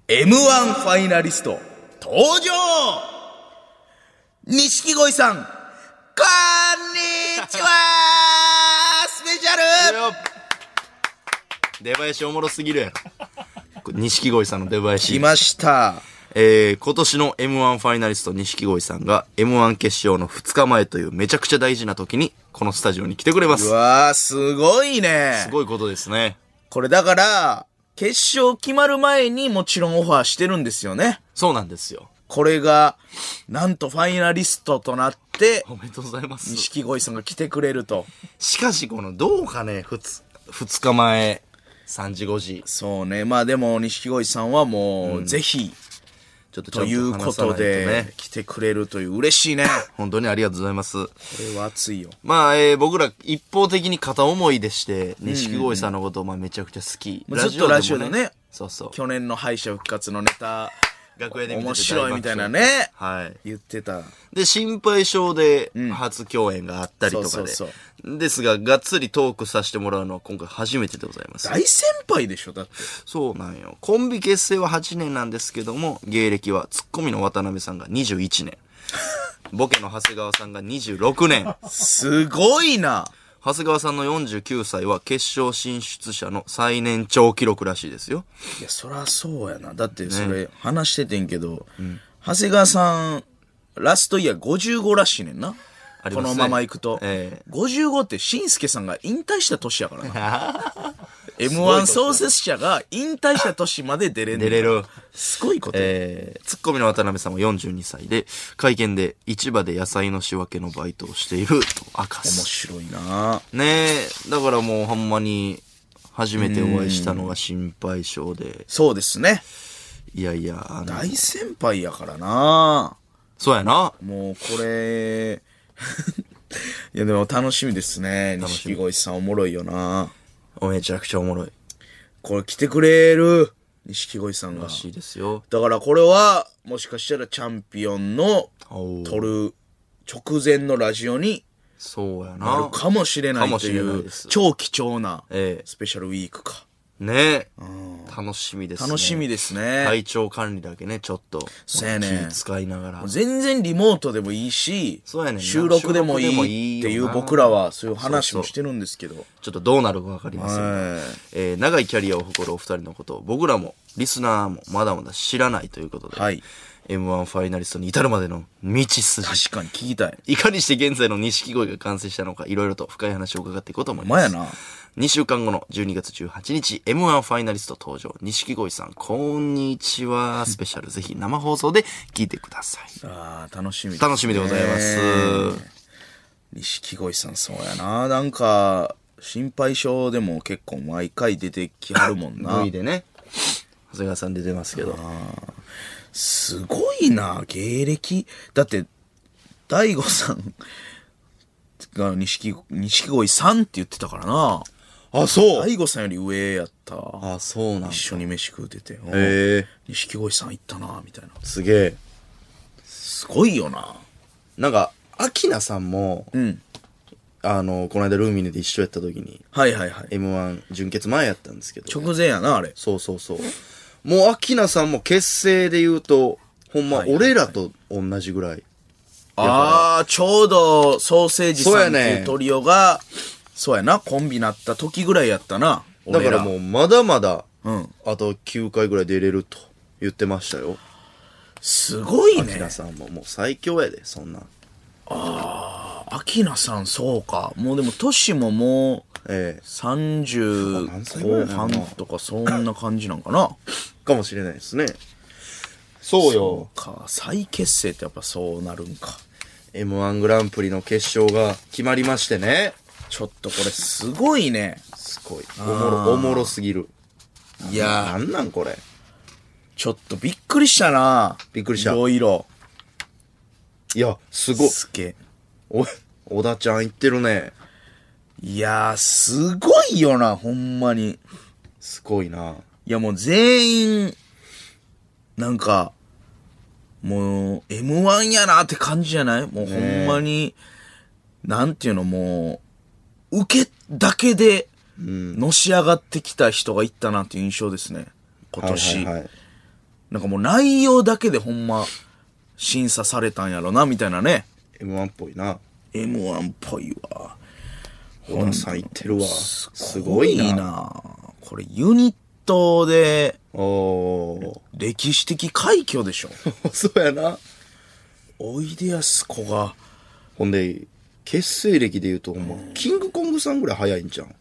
M1 ファイナリスト、登場錦鯉さん、こんにちはスペシャル
出囃子おもろすぎるやろ。これ錦鯉さんの出囃
来
子。
ました。
えー、今年の M1 ファイナリスト錦鯉さんが M1 決勝の2日前というめちゃくちゃ大事な時にこのスタジオに来てくれま
う
す。
わー、すごいね。
すごいことですね。
これだから、決勝決まる前にもちろんオファーしてるんですよね。
そうなんですよ。
これが、なんとファイナリストとなって、
おめでとうございます。
錦鯉さんが来てくれると。
しかし、この、どうかね、ふつ、二日前、3時5時。ちょ
そうね。まあでも、錦鯉さんはもう、ぜ
っ
ひ、
ちょっとちゃ
と
んと
いうこ
話さない
と
とね
で、。来てくれるという嬉しいね。こ
本当にありがとうございます。
れは熱いよ。
まあ、えー僕ら一方的に片思いでして、錦鯉さんのことをまあめちゃくちゃ好き。
もうずっとラジオでね
でもそうそう。
去年の敗者復活のネタ、
楽屋で見てて
面白いみたいなね。
はい。
言ってた。
で、心配性で初共演があったりとかで。
そうそう
ですが、がっつりトークさせてもらうのは今回初めてでございます。
大先輩でしょだって。
そうなんよ。コンビ結成は8年なんですけども、芸歴はツッコミの渡辺さんが21年。
<laughs>
ボケの長谷川さんが26年。
すごいな。
長谷川さんの49歳は決勝進出者の最年長記録らしいですよ。
いや、そらそうやな。だってそれ、話しててんけど、長谷川さん、ラストイヤー55らしいねんな。
あり
こ
ますね
のまま行くと。
え
55って、しんすけさんが引退した年やからな。
<laughs> ごい
M1
年
創設者が引退した年まで出れんね
出れ
ん
る。
すごいことや。
えー、ツッコミの渡辺さんは42歳で、会見で市場で野菜の仕分けのバイトをしていると明か
面
す。
白いな
ねえ、だからもうほんまに、初めてお会いしたのが心配性で、
そうですね。
いやいや、あの、
大先輩やからな
そうやな。
もうこれ、 <laughs> いやでも楽しみですね。
し
錦
み
鯉さんおもろいよな
めちゃくちゃおもろい。
これ来てくれる錦鯉さんが
ら。しいですよ。
だからこれは、もしかしたらチャンピオンの
おー
取る直前のラジオに
そうや
ある
な。
かもしれないとい
かもしれないうです
超貴重な
ええ
スペシャルウィークか。
ねえ。楽しみですね。
楽しみですね。
体調管理だけね、ちょっと。
そうやね
気使いながら。
全然リモートでもいいし、
そうやねんな
収録でもい
収録でもい
い
い
っ
よ
て
な
いう僕らはそういう話
そう
も
そう
してるんですけど。
ちょっとどうなるかわかりませんが、
はい
えー長いキャリアを誇るお二人のことを僕らもリスナーもまだまだ知らないということで、
はい
M1 ファイナリストに至るまでの道筋。
確かに聞きたい。
いかにして現在の錦鯉が完成したのか、いろいろと深い話を伺っていこうと思い
お前
ます。
やな。
2週間後の12月18日、M1 ファイナリスト登場、錦鯉さん、こんにちは、スペシャル、ぜひ生放送で聞いてください。
ああ、楽しみですね
楽しみでございます。
錦鯉さんそうやな。なんか、心配性でも結構毎回出てきはるもんな
V。でね、長谷川さん出てますけど。
すごいな、芸歴。だって、大悟さんが錦錦鯉さんって言ってたからな。
あ、そ
大悟さんより上やった。
あ、そうなん
一緒に飯食うてて。うん
え
錦鯉さん行ったな、みたいな。
すげえ。
すごいよな。
なんか、アキナさんも、
うん。
あの、この間ルーミネで一緒やった時に、
はいはいはい。
M1 準決前やったんですけど、
直前やな、あれ。
そうそうそう。もうアキナさんも結成で言うと、ほんま
いはいはい
俺らと同じぐらい。
ああ、ちょうどソーセージさんって
そうや
い
ね
うトリオが、そうやな、コンビなった時ぐらいやったな。
だからもうまだまだ、
うん
あと9回ぐらい出れると言ってましたよ。
すごい
アキ
ね
ナ。さんももう最強やで、そんなん。
アキナさんそうか。もうでも、トシももう、
ええ何歳
30
ぐらいな
後
の
半とかそんな感じなんかな。
かもしれないですね。そうよ。
か、再結成ってやっぱそうなるんか。
M1 グランプリの決勝が決まりましてね。
ちょっとこれすごいね。
すごい。おもろ、おもろすぎる。
いや
な
ー、
んなんこれ。
ちょっとびっくりしたな。
びっくりした
いろいろ。
いや、すごい。
すげえ。
お、小田ちゃん言ってるね。
いやー、すごいよな、ほんまに。
すごいな。
いやもう全員、なんか、もう M1 やなって感じじゃないもうほんまに、なんていうのもう、受けだけで、のし上がってきた人がいったなっていう印象ですね。今年。
はいはいはい
なんかもう内容だけでほんま、審査されたんやろな、みたいなね。
M1 っぽいな。
M1 っぽいわ。
小田さん言ってるわ。すごい
いい
な。
なこれユニットで、
おー。 <laughs>
歴史的快挙でしょ。
そうやな。
おいでやすこが、
ほんで、結成歴で言うと、ほんま、キングコングさんぐらい早いんじゃん。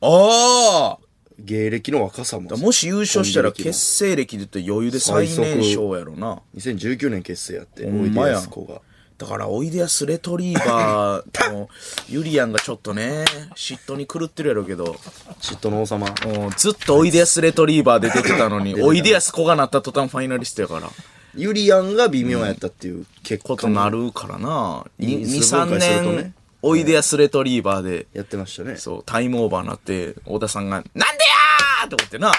あ
芸歴の若さも
あ。もし優勝したら
コンビ歴も
結成歴で言ったら余裕で最年少やろな。
2019年結成やって、お
ん
いで
まや
やすこが。
だから、おいでやすレトリーバーのゆりやんがちょっとね、嫉妬に狂ってるやろうけど、
嫉妬の王様。 <laughs>
もうずっとおいでやすレトリーバーで出てたのに、おいでやすこがなった途端ファイナリストやから。
ゆりやんが微妙やったっていう結
こ
果
と
も
なるからな。
い
2、
い数
3
分解するとね
年、おいでやスレトリーバーで、
やってましたね。
そう、タイムオーバーなって、太田さんが、なんでやーって思ってな、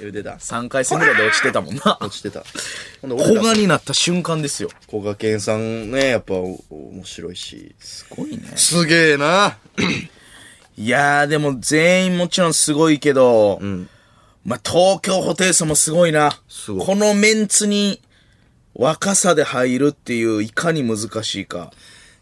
言うてた。
3回戦ぐらいで落ちてたもんな。
<laughs> 落ちてた。ほんで
小
俺
賀
ら
になった瞬間ですよ。
古賀健さんね、やっぱお面白いし。
すごいね。
すげえな。
いやー、でも全員もちろんすごいけど、
ん
まあ、東京ホテイソンもすごいな。
すごい
このメンツに、若さで入るっていう、いかに難しいか。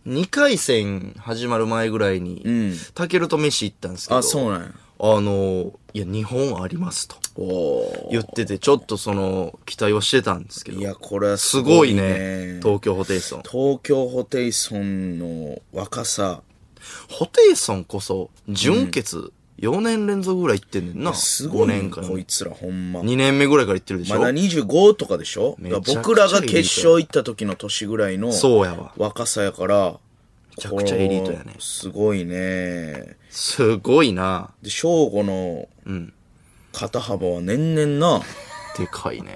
2回戦始まる前ぐらいに、
ん
タケルと飯行ったんですけど。
あ、そうなんや。
あの、いや、日本ありますと
おー
言ってて、ちょっとその、期待をしてたんですけど。
いや、これは
すごいね。
東
東京ホテイソン。
京ホテイソンの若さ、
ホテイソンこそ、準決4年連続ぐらい行ってんねんな。
す
5
ごいね
年間。
こいつらほんま。
2年目ぐらいから行ってるでし
ま
ょ、
だ25とかでしょ
めちゃくちゃ
僕らが決勝行った時の年ぐらいの
そうやわ。
若さやから、め
ちゃくちゃエリートやね
すごいね。
すごいな。
で、正吾の
うん。
肩幅は年々な、
でかいね。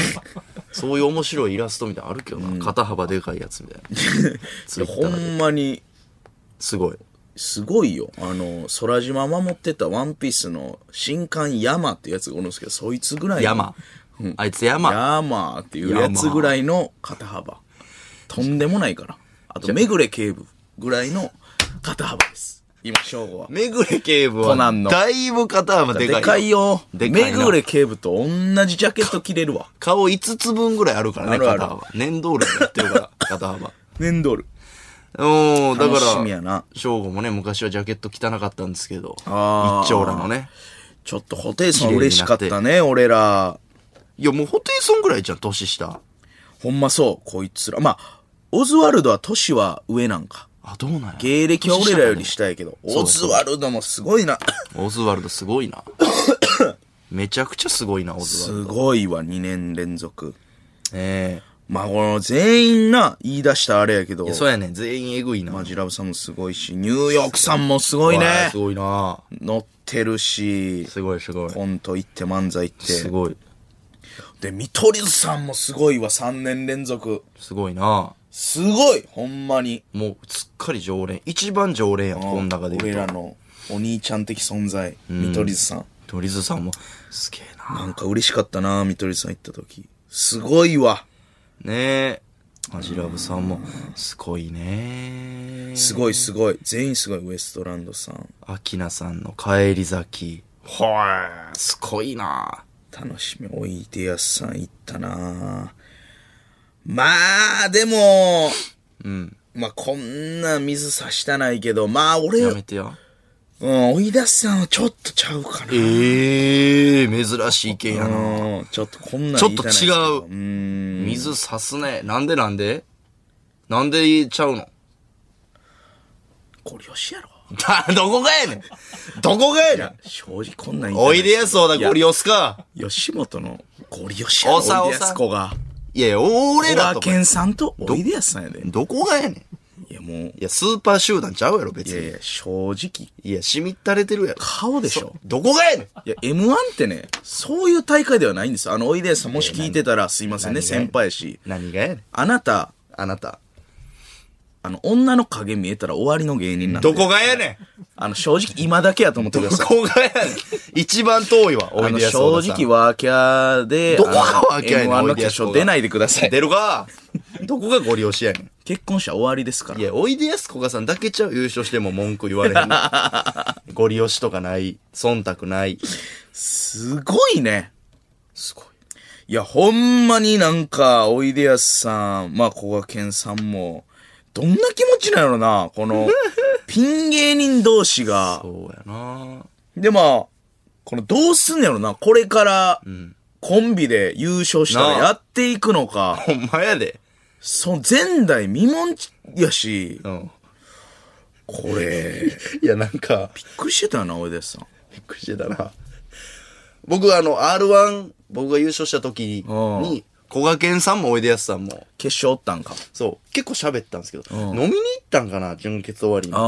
<laughs> そういう面白いイラストみたいなのあるけどな。肩幅でかいやつみたいな。
<laughs> い
ツイ
や
ッタ
ほ
ーで。
んまに
すごい。
すごいよ。あの、空島守ってたワンピースの新刊山ってやつがおるんですけど、そいつぐらいの。
山。あいつ山。
ヤーマーっていうやつぐらいの肩幅。とんでもないから。あと、めぐれ警部ぐらいの肩幅です。今、正吾は。
めぐれ警部
コ
は
ナン、の
だいぶ肩幅で
で
かい。
かい。よ。
でかい
め
な
ぐれ警部と同じジャケット着れる
<laughs>
わ。
顔5つ分ぐらいあるからね、
あるある
肩幅。粘土類やってるから、肩幅。
<laughs> 粘ドル。
おー、だ
楽しみ
か
や
ら、
な。
正吾もね、昔はジャケット汚かったんですけど、
あー
一丁羅のね。
ちょっとホテイソン嬉しかったね、俺ら。
いや、もうホテイソンぐらいじゃん、年下。
ほんまそう、こいつら。まあ、オズワルドは年は上なんか。
あ、どうなんや。
芸歴は俺らより
年
下やけど、
そう
オズワルドもすごいな。
かね。オズワルドすごい
<coughs>
な。めちゃくちゃすごいな、オズワルド。
すごいわ、2年連続。
え
まあ、この全員な、言い出したあれやけど
え。、そうやねん、全員えぐいな。
マジラブさんもすごいし、ニューヨークさんもすごい
わあ
ね
す。ごいな。
乗ってるし、
すごい、すごい。
コント行って漫才行
す
って。
ごい。
で、見取り図さんもすごいわ、3年連続。
すごいな。
すごいほんまに。
もう、すっかり常連。一番常連やん、この中で
俺
言う
ら
と。
のお兄ちゃん的存在、見取り図さん。
鳥津さんも、すげえな。
なんか嬉しかったな、見取り図さん行った時。すごいわ。
ねえ。マジラブさんも、すごいね。
すごいすごい。全員すごい、ウエストランドさん。
アキナさんの帰り咲き。はい。すごいな。
楽しみ、おいでやすさん行ったなまあ、でも、
うん。
まあ、こんな水差したないけど、まあ、俺、
や
う
め
ん、
てよ。
追い出すさんはちょっとちゃうかな。
ええ珍しい意見やな。
うん、ちょっとこんなん
ちょっと
言いたないですけど
違う
うん。
水さすね。なんでなんでなんでちゃうの
これよしやろ。
だ <laughs> どこがやねんどこがやねん
正直こんなん言いた
お
ない
いでやす小田ゴリ押すか
吉本のゴリよしやろ。
おさ
おいでやす子が。
いやいや、俺
小
ら
川
とか。
健さんとおいでやすさんやで。い
どこがやねんい
や、もう、
や、スーパー集団ちゃうやろ、別
いや
に。い
いや、正直、
や、しみったれてるやろ。
顔でしょ。
どこがやねん
いや、M1 ってね、そういう大会ではないんですよ。あの、おいでやすさん、もし聞いてたらすいませんね、
何がや
先輩やし。
何がやねん
あなた、
あなた。
あの、女の影見えたら終わりの芸人なんで。
どこがやねん
あの、正直今だけやと思ってくだ
ど
さい。
こがやねん一番遠いわ、お
あ
い
の、
でやす
正
小田さん
直ワーキャーで、
どこが
あの
ワーキャーやねん
M1
お
の
いでや
決
すこが
勝出ないでください。
出るかどこがゴリ押しやねん
結婚したら終わりですから。
いや、おいでやすこがさんだけちゃう優勝しても文句言われへんの。 <laughs> ゴリ押しとかない。忖度ない。
すごいね。
すごい。
いや、ほんまになんか、おいでやすさん、まあ、こがけんさんも、どんな気持ちなんやろな、こ <laughs> の、ピン芸人同士が。
そうやな
で、まあ、この、どうすんねやろな、これから、コンビで優勝したら
なあ
やっていくのか、
ほんまやで。
その前代未聞やし、
うん。
これ、びっ
いや、なんか、
くりしてたよな、おいでやすさん。
びっくりしてたな。僕、あの、R1、僕が優勝した時に、こがけんさんもおいでやすさんも、
決勝おったんか。
そう、結構喋ったんですけど、
う
飲
ん
みに行ったんかな、純潔終わりに。
あ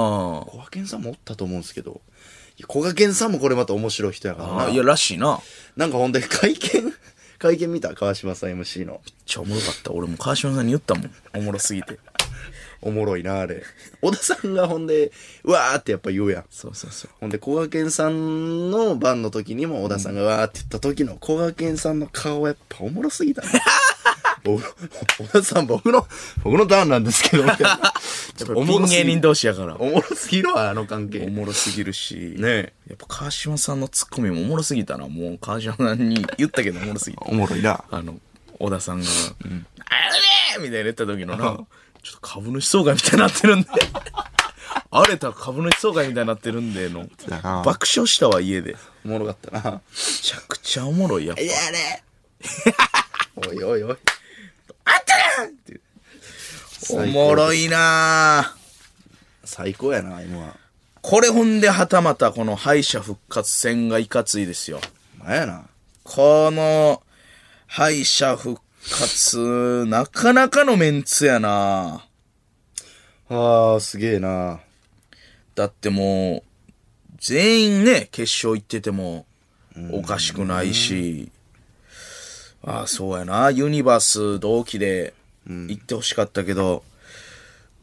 こがけんさんもおったと思うんですけど、いやこがけんさんもこれまた面白い人やから
あ。
な。
いや、らしいな。
なんかほんで、会見、 <laughs> 会見見た川島さん MC の。
ちゃおもろかった。俺も川島さんに言ったもん。おもろすぎて。
おもろいな、あれ。小田さんがほんで、うわーってやっぱ言うやん。
そうそうそう。
ほんで、こがけんさんの番の時にも、小田さんがわーって言った時の、こがけんさんの顔はやっぱおもろすぎた <laughs> な。僕小田さん、僕の、僕のターンなんですけ <laughs> ど、みたいな。やっぱおも
ピ
ろ
ン
すぎ
芸人
る。
同士やから。
おもろすぎるわ、あの関係。
お
ね
もろすぎるし。
え。
やっぱ川島さんのツッコミもおもろすぎたな。もう川島さんに言ったけどおもろすぎ <laughs> た。
おもろいな。
あの、小田さんが、あれみたいな言った時のな、 <laughs> ちょっと株主総会みたいになってるんで。 <laughs> 荒れた株主総会みたいになってるんでの。
だな
爆笑したわ、家で。め
おもろかったな。
ちゃくちゃおもろいやっぱ。
やれ <laughs> おいおいおい。
おもろいなぁ。
最高やな、今は。
これほんではたまたこの敗者復活戦がいかついですよ。
お前やな。
この敗者復活、なかなかのメンツやな
ああ、すげえな。
だってもう、全員ね、決勝行ってても、おかしくないし、ああ、そうやな、ユニバース同期で行ってほしかったけど、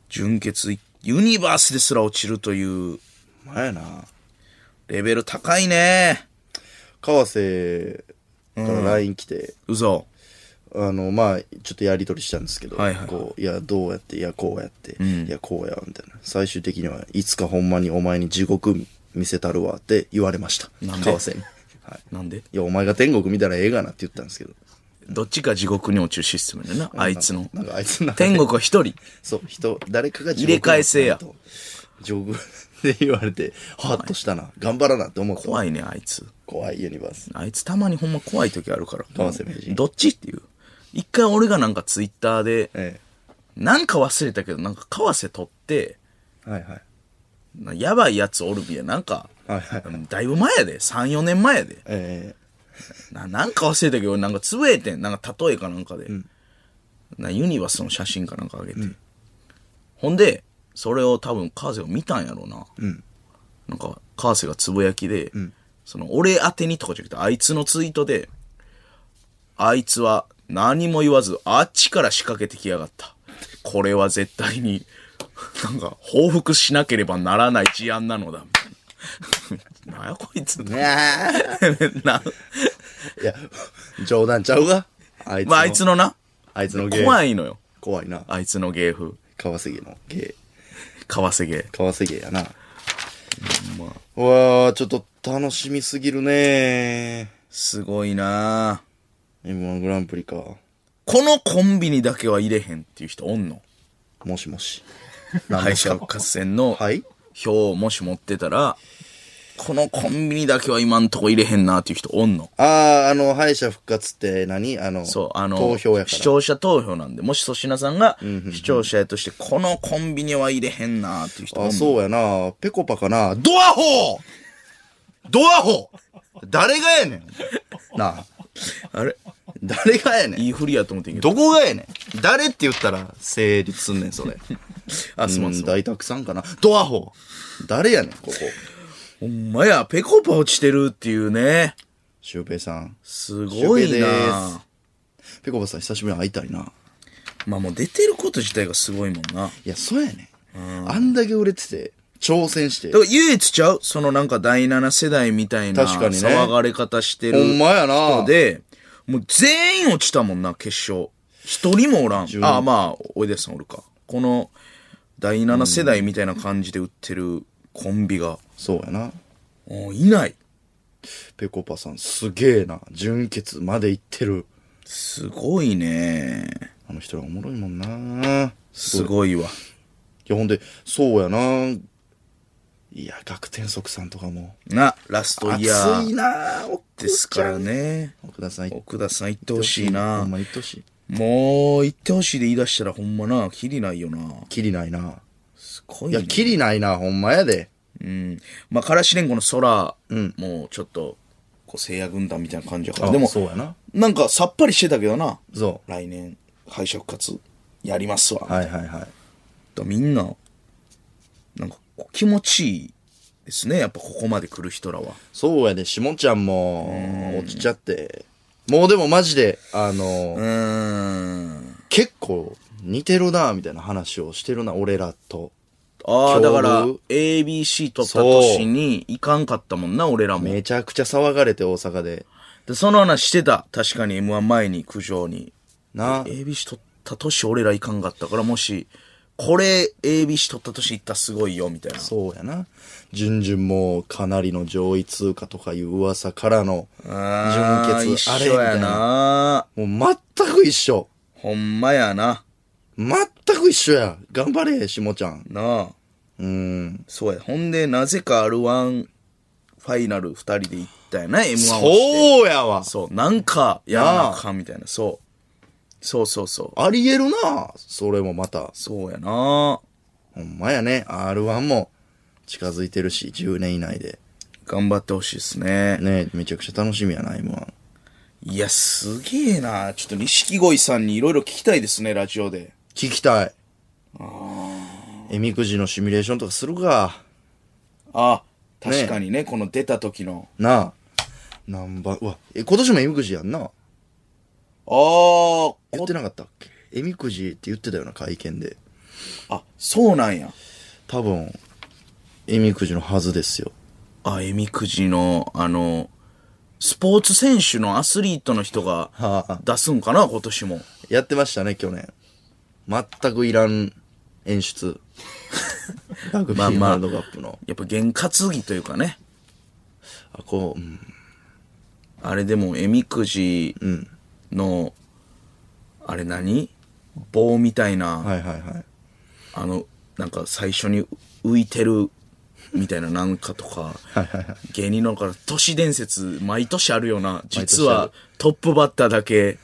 準決い、ユニバースですら落ちるという、
お前やな。
レベル高いね。
川瀬から LINE 来て、
嘘。
あの、まあ、ちょっとやり取りしたんですけど、
はいはい
こう、いや、どうやって、いや、こうやって、
ん
いや、こうや、みたいな。最終的には、いつかほんまにお前に地獄見せたるわって言われました。
なんで
川瀬に。 <laughs> はい。
なんで
いや、お前が天国見たらええがなって言ったんですけど。
どっちか地獄に落ちるシステムだよな、あいつの。
なんかあいつの中で
天国は一人。
そう、人、誰かが地獄
入れ替え制や
になったと。地獄で言われて、ハッとしたな。頑張らなって思った。
怖いね、あいつ。
怖いユニバース。
あいつたまにほんま怖い時あるから。
川瀬名人
どっちっていう。一回俺がなんかツイッターで、
え
なんか忘れたけど、なんか川瀬取って、
え。はいはい。
なやばいやつおるみたいな、なんか、
はいはい
うんだいぶ前やで、3、4年前やで。
え
ななんか忘れたけど、なんかつぶえてん、なんか例えかなんかで、なユニバースの写真かなんかあげて。ほんで、それを多分川瀬が見たんやろうな。
ん
なんか、川瀬がつぶやきで、その、俺宛てにとかじゃなくて、あいつのツイートで、あいつは何も言わず、あっちから仕掛けてきやがった。これは絶対に、なんか、報復しなければならない事案なのだ、 <laughs> みたいな。なんやこいつ。
え。いや
<laughs> な
ーいや、冗談ちゃうが。あいつの。
まあ、あいつのな。
あいつの芸。
怖いのよ。
怖いな。
あいつの芸風。
川瀬芸の芸。
川瀬芸。
川瀬芸やな。
まあ、
うわー、ちょっと楽しみすぎるね
すごいなあ
M1 グランプリか。
このコンビニだけは入れへんっていう人おんの。
もしもし。
敗者復活戦の
はい
票をもし持ってたら、このコンビニだけは今んとこ入れへんなっていう人おんの。
あー、あの、敗者復活って何あの、
そう、あの、
投票やから。
視聴者投票なんで、もし粗品さんが視聴者やとして、このコンビニは入れへんなっていう人おんの。
あ、そうやな。ペコパかな。ドアホドアホ誰がやねん。 <laughs> なあ。
あれ
誰がやねん。
いい振りやと思ってんけど。
どこがやねん。誰って言ったら成立すんねん、そ <laughs> れ。
あ、すまん
う
す
ん、
まん。
大沢さんかな。ドアホ誰やねん、ここ。
ほんまや、ペコパ落ちてるっていうね。
シュウペイさん。
すごい
シュウペイで
な
ペコパさん久しぶりに会いたいな。
まあもう出てること自体がすごいもんな。
いや、そうやねん。あんだけ売れてて、挑戦して
だか。ら唯一ちゃうそのなんか第7世代みたいな
確かにね
騒がれ方してる
ほんまやな
人で、もう全員落ちたもんな、決勝。一人もおらん。ああ、まあ、おいでさんおるか。この第7世代みたいな感じで売ってるコンビが、
そうやな。
うんいない。
ペコパさんすげえな。純潔まで行ってる。
すごいね。
あの人らおもろいもんな。
すごい
い
わ。
や、ほんで、そうやな。いや、学天足さんとかも。
な、ラストイ
熱
ヤ
い
ー
な奥田
ですからね。
奥田さん行っ
奥田さん行ってほしいな
ほん。ま行ってほしい。
もう、行ってほしいで言い出したらほんまな、キリないよな。
キリないな。
すごい
い
ね。
や、キリないな、ほんまやで。
うん。まあ、からしれんこの空、もうちょっと、こう、聖夜軍団みたいな感じやから。でも、
そうやな。
なんかさっぱりしてたけどな。
そ
来年、敗者復活、やりますわ。
う。はいはいはい。
とみんな、なんか、こう気持ちいいですね。やっぱここまで来る人らは。
そうやで、しもちゃんも、落ちちゃって。もうでもマジで、あの、
うーん。
結構似てるな、みたいな話をしてるな、俺らと。
あ
恐
あ、
怖
だから、ABC 取った年に行かんかったもんな、俺らも。
めちゃくちゃ騒がれて大阪で。
でその話してた。確かに M1 前に苦情に。
な
ABC 取った年俺ら行かんかったから、もし、これ ABC 取った年行ったらすごいよ、みたいな。
そうやな。じゅんじゅんもかなりの上位通過とかいう噂からの準
あー
決あれ
一
み
緒
た
や
いな。
な。
もう全く一緒。
ほんまやな。
全く一緒や。頑張れ、しもちゃん。
なあ。
うん。
そうや。ほんで、なぜか R1 ファイナル2人で行ったやな、M1 をして。
そうやわ。
そう、なんか、やらなあかんみたいな、そう。そうそうそう。
ありえるな。それもまた。
そうやな
ほんまやね。R1 も近づいてるし、10年以内で。
頑張ってほしいですね。
ねめちゃくちゃ楽しみやな、M1。
いや、すげえなちょっと錦鯉さんにいろいろ聞きたいですね、ラジオで。
聞きたい。えみくじのシミュレーションとかするか。
あ、確かにね、この出た時の。
なあ。何番、うわ、え、今年もえみくじやんな。
あー
言ってなかったっけえみくじって言ってたよな、会見で。
あ、そうなんや。
多分、えみくじのはずですよ。
あ、えみくじの、あの、スポーツ選手のアスリートの人が
はあ
出すんかな、今年も。
やってましたね、去年。全くいらん演出。ラグビーワ
まあ
ールドカップの。
やっぱ験担ぎというかね。
あ、こう、うん、
あれでも、えみくじの、あれ何棒みたいな、
はいはいはい。
あの、なんか最初に浮いてるみたいななん
<laughs>
かとか、芸人のから都市伝説、毎年あるような、実
毎年あ
は
る
トップバッターだけ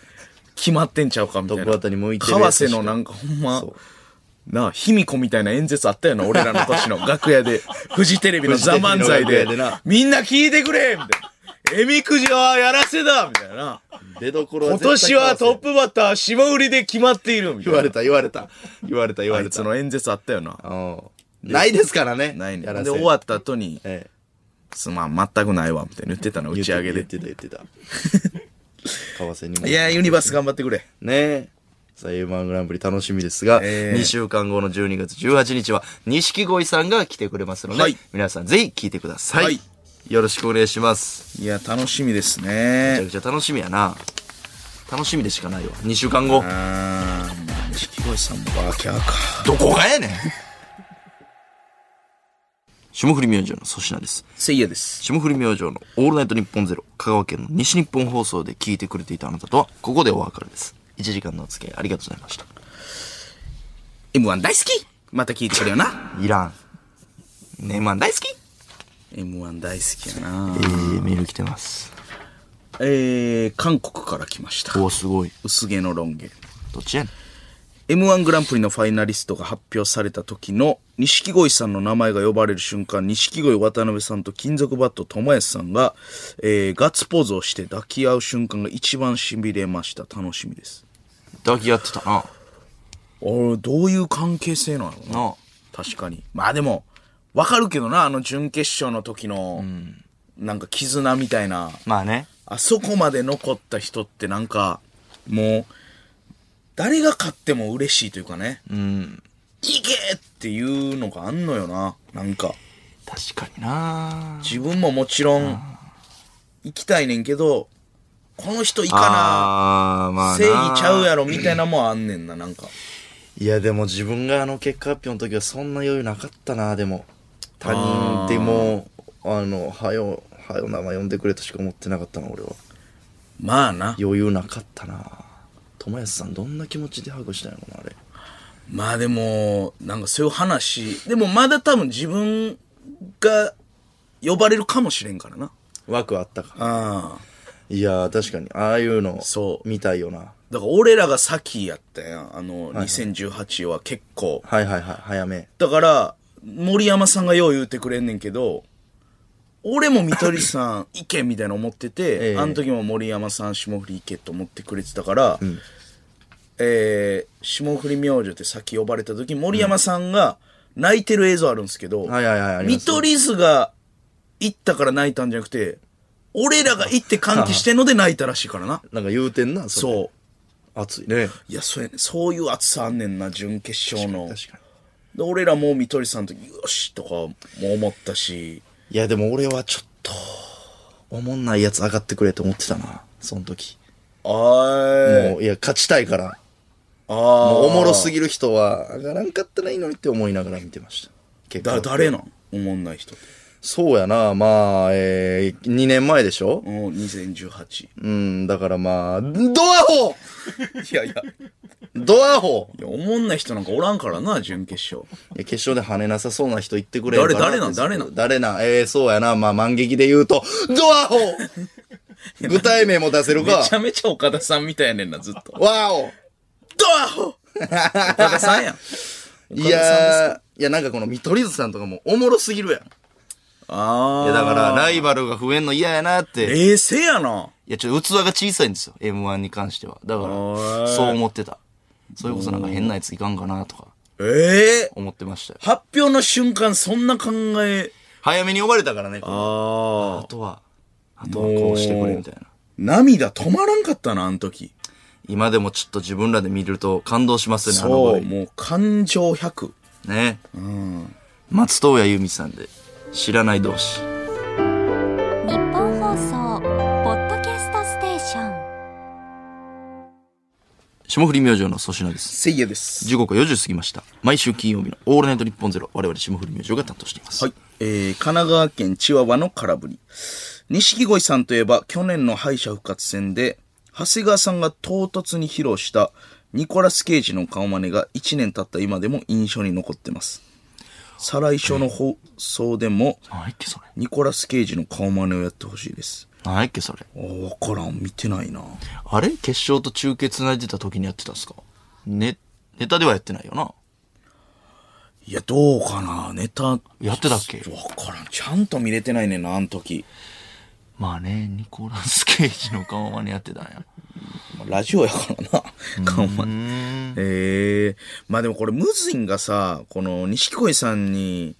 決まってんちゃうかみたいな。
トップバッターに向いてるや
川
つしか
瀬のなんかほんま
そう、
なあ、卑弥呼みたいな演説あったよな、俺らの年の楽
<laughs>
屋で、フジテレビのザ漫才
フジテレビの楽屋で
で
な、
みんな聞いてくれみたいな。えみくじはやらせだみたいな。
出どころ
今年はトップバッター霜降りで決まっているみたい
言
な。
われた言われた。言われた言わ
あ
れ
い
た。
つの演説あったよな。
うんないですからね。
ないね。
やらせ
で、終わった後に、
ええ
すまん、全くないわ、みたいな言ってたの、打ち上
言
げで
っ。てた言
<laughs>
ってた。為替にも。
いやー、ユニバース頑張ってくれ。
ねえ。さあ、M1 グランプリ楽しみですが、
ええ
2週間後の12月18日は、錦鯉さんが来てくれますので、
はい
皆さんぜひ聞いてください。
はい
よろしくお願いします。
いや、楽しみです
めちゃ
ね。
くちゃ楽しみやな。楽しみでしかないわ。2週間後。
あー、まあ、錦鯉さんもバーキャーか。
どこがやねん霜降り明星の粗品です。
せいやです。
霜降り明星のオールナイトニッポンゼロ、香川県の西日本放送で聞いてくれていたあなたとは、ここでお別れです。1時間のお付き合いありがとうございました。
M1 大好きまた聞いてくれよな。
いらん。ねえ、まん大好き
M1 大好きやな
え。ー、メール来てます。
えー、韓国から来ました。
おー、すごい。
薄毛のロン毛。
どっちやね
M1 グランプリのファイナリストが発表された時の錦鯉さんの名前が呼ばれる瞬間錦鯉渡辺さんと金属バット友安さんが、えーガッツポーズをして抱き合う瞬間が一番しびれました楽しみです
ん。抱き合ってたな。
あれどういう関係性なのな
な
確かにまあでもわかるけどなあの準決勝の時の、なんか絆みたいな
まあね。
あそこまで残った人ってなんかもう誰が勝っても嬉しいというかね
うん。
いけっていうのがあんのよな。なんか、
確かにな
自分ももちろん、行きたいねんけど、この人行か
あー、ま
な、
あ
正義ちゃう
や
やろみたいなもんあんねんな、なんか。
いや、でも自分があの結果発表の時はそんな余裕なかったなでも。他人でも、あの、はよ、はよ名前呼んでくれとしか思ってなかったな、俺は。
まあな。
余裕なかったな友安さんどんな気持ちでハグしたんやろなあれ
まあでも、なんかそういう話、でもまだ多分自分が呼ばれるかもしれんからな。
枠あったか
ああ。
いやー確かにああいうの
そう
見たいよな
だから俺らが先やったやん。あの、2018は結構。
はいはいはい早め
だから、森山さんがよう言うてくれんねんけど、俺も見取り図さん意見みたいなの思ってて、
ええ
あの時も森山さん霜降り意見と思ってくれてたから、えー霜降り明星ってさっき呼ばれた時森山さんが泣いてる映像あるんですけど、
はいはいはいありま
見
す
取り図が行ったから泣いたんじゃなくて、俺らが行って歓喜してんので泣いたらしいからな。
なんか言うてんな、それ。
そう。
熱いね。
いや、そうやね。そういう熱さあんねんな、準決勝の。
確かに。
で俺らも見取りさんとよしとかも思ったし、
いや、でも俺はちょっと、おもんないやつ上がってくれと思ってたな、その時。
あーい、
もう、いや、勝ちたいから。
あ
もうおもろす
ぎ
ぎる人は上がらんかったらいいのにって思いながら見てました。結
だ、
果
誰なんおもんない人。
そうやな、まあ、えー、2年前でしょ
うん、2018。
うん、だからまあ、ドアホ
いやいや。
ドアホ
いや、おもんない人なんかおらんからな、準決勝。
いや決勝で跳ねなさそうな人言ってくれるかな
誰誰なん
って
誰なん
誰なんえー、そうやな。まあ、万劇で言うと、ドア
<laughs>
ホ具体名も出せる
め
か。
ちゃめちゃ岡田さんみたいやねんな、ずっと。
わお
ドアホ岡田さんや
い
ん。岡田さんです
やー、いやなんかこの見取り図さんとかもおもろすぎるやん。い
ああ。
やだから、ライバルが増えんの嫌やなって。い
冷静やな。
や、ちょっと器が小さいんですよ。M1 に関しては。だか
おー
ら、そう思ってた。それこそなんか変なやついかんかなとか、
ええ
思ってましたよ。
発表の瞬間、そんな考え。
早めに呼ばれたからね。あ
ああ。
とは、あとはこうしてくれみたいな。
涙止まらんかったな、あの時。
今でもちょっと自分らで見ると感動しますよね、あの
そう、
声
もう感情100。
ね。松任谷由実さんで、知らない同士。
日本放送ポッドキャストステーション
霜降り明星の粗品です。
せいやです。
時刻は4時過ぎました。毎週金曜日のオールナイト日本ゼロ、我々霜降り明星が担当しています。
はい。えー、神奈川県千和和の空振り。錦鯉さんといえば、去年の敗者復活戦で、長谷川さんが唐突に披露したニコラス・ケイジの顔真似が1年経った今でも印象に残ってます。再来週の放送でも、
何やっけそれ。
ニコラス・ケイジの顔真似をやってほしいです。
何やっけそれ。
あーわからん。見てないな。
あれ決勝と中継繋いでた時にやってたんですかね、ネタではやってないよな。
いや、どうかな。ネタ、
やってたっけ
わからん。ちゃんと見れてないねんな、あの時。
まあね、ニコラス・ケイジの顔真似やってたんや。
まあラジオやからな。顔真似。ええまあでもこれ、ムズインがさ、この、錦鯉さんに、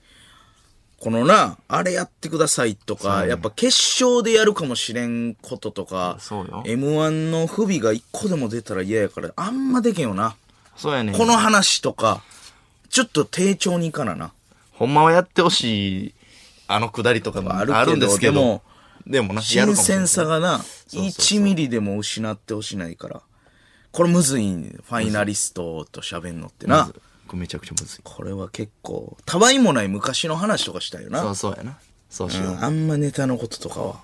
このな、あれやってくださいとか、やっぱ決勝でやるかもしれんこととか、
そうよ
M1 の不備が一個でも出たら嫌やから、あんまでけんよな。
そうやねん。
この話とか、ちょっと丁重にいかなな。
ほんまはやってほしい、あのくだりとかも
あ
あ
るけど
るんですけど。
でも、
でもな、やるかも
新
しれん
鮮さがな、
うそうそう
1ミリでも失ってほしないから。これむずいん、ファイナリストと喋んのってな。
これめちゃくちゃむずい。
これは結構、たわいもない昔の話とかしたいよな。
そうそうやな。そうし
う
よう。
んあんまネタのこととかは。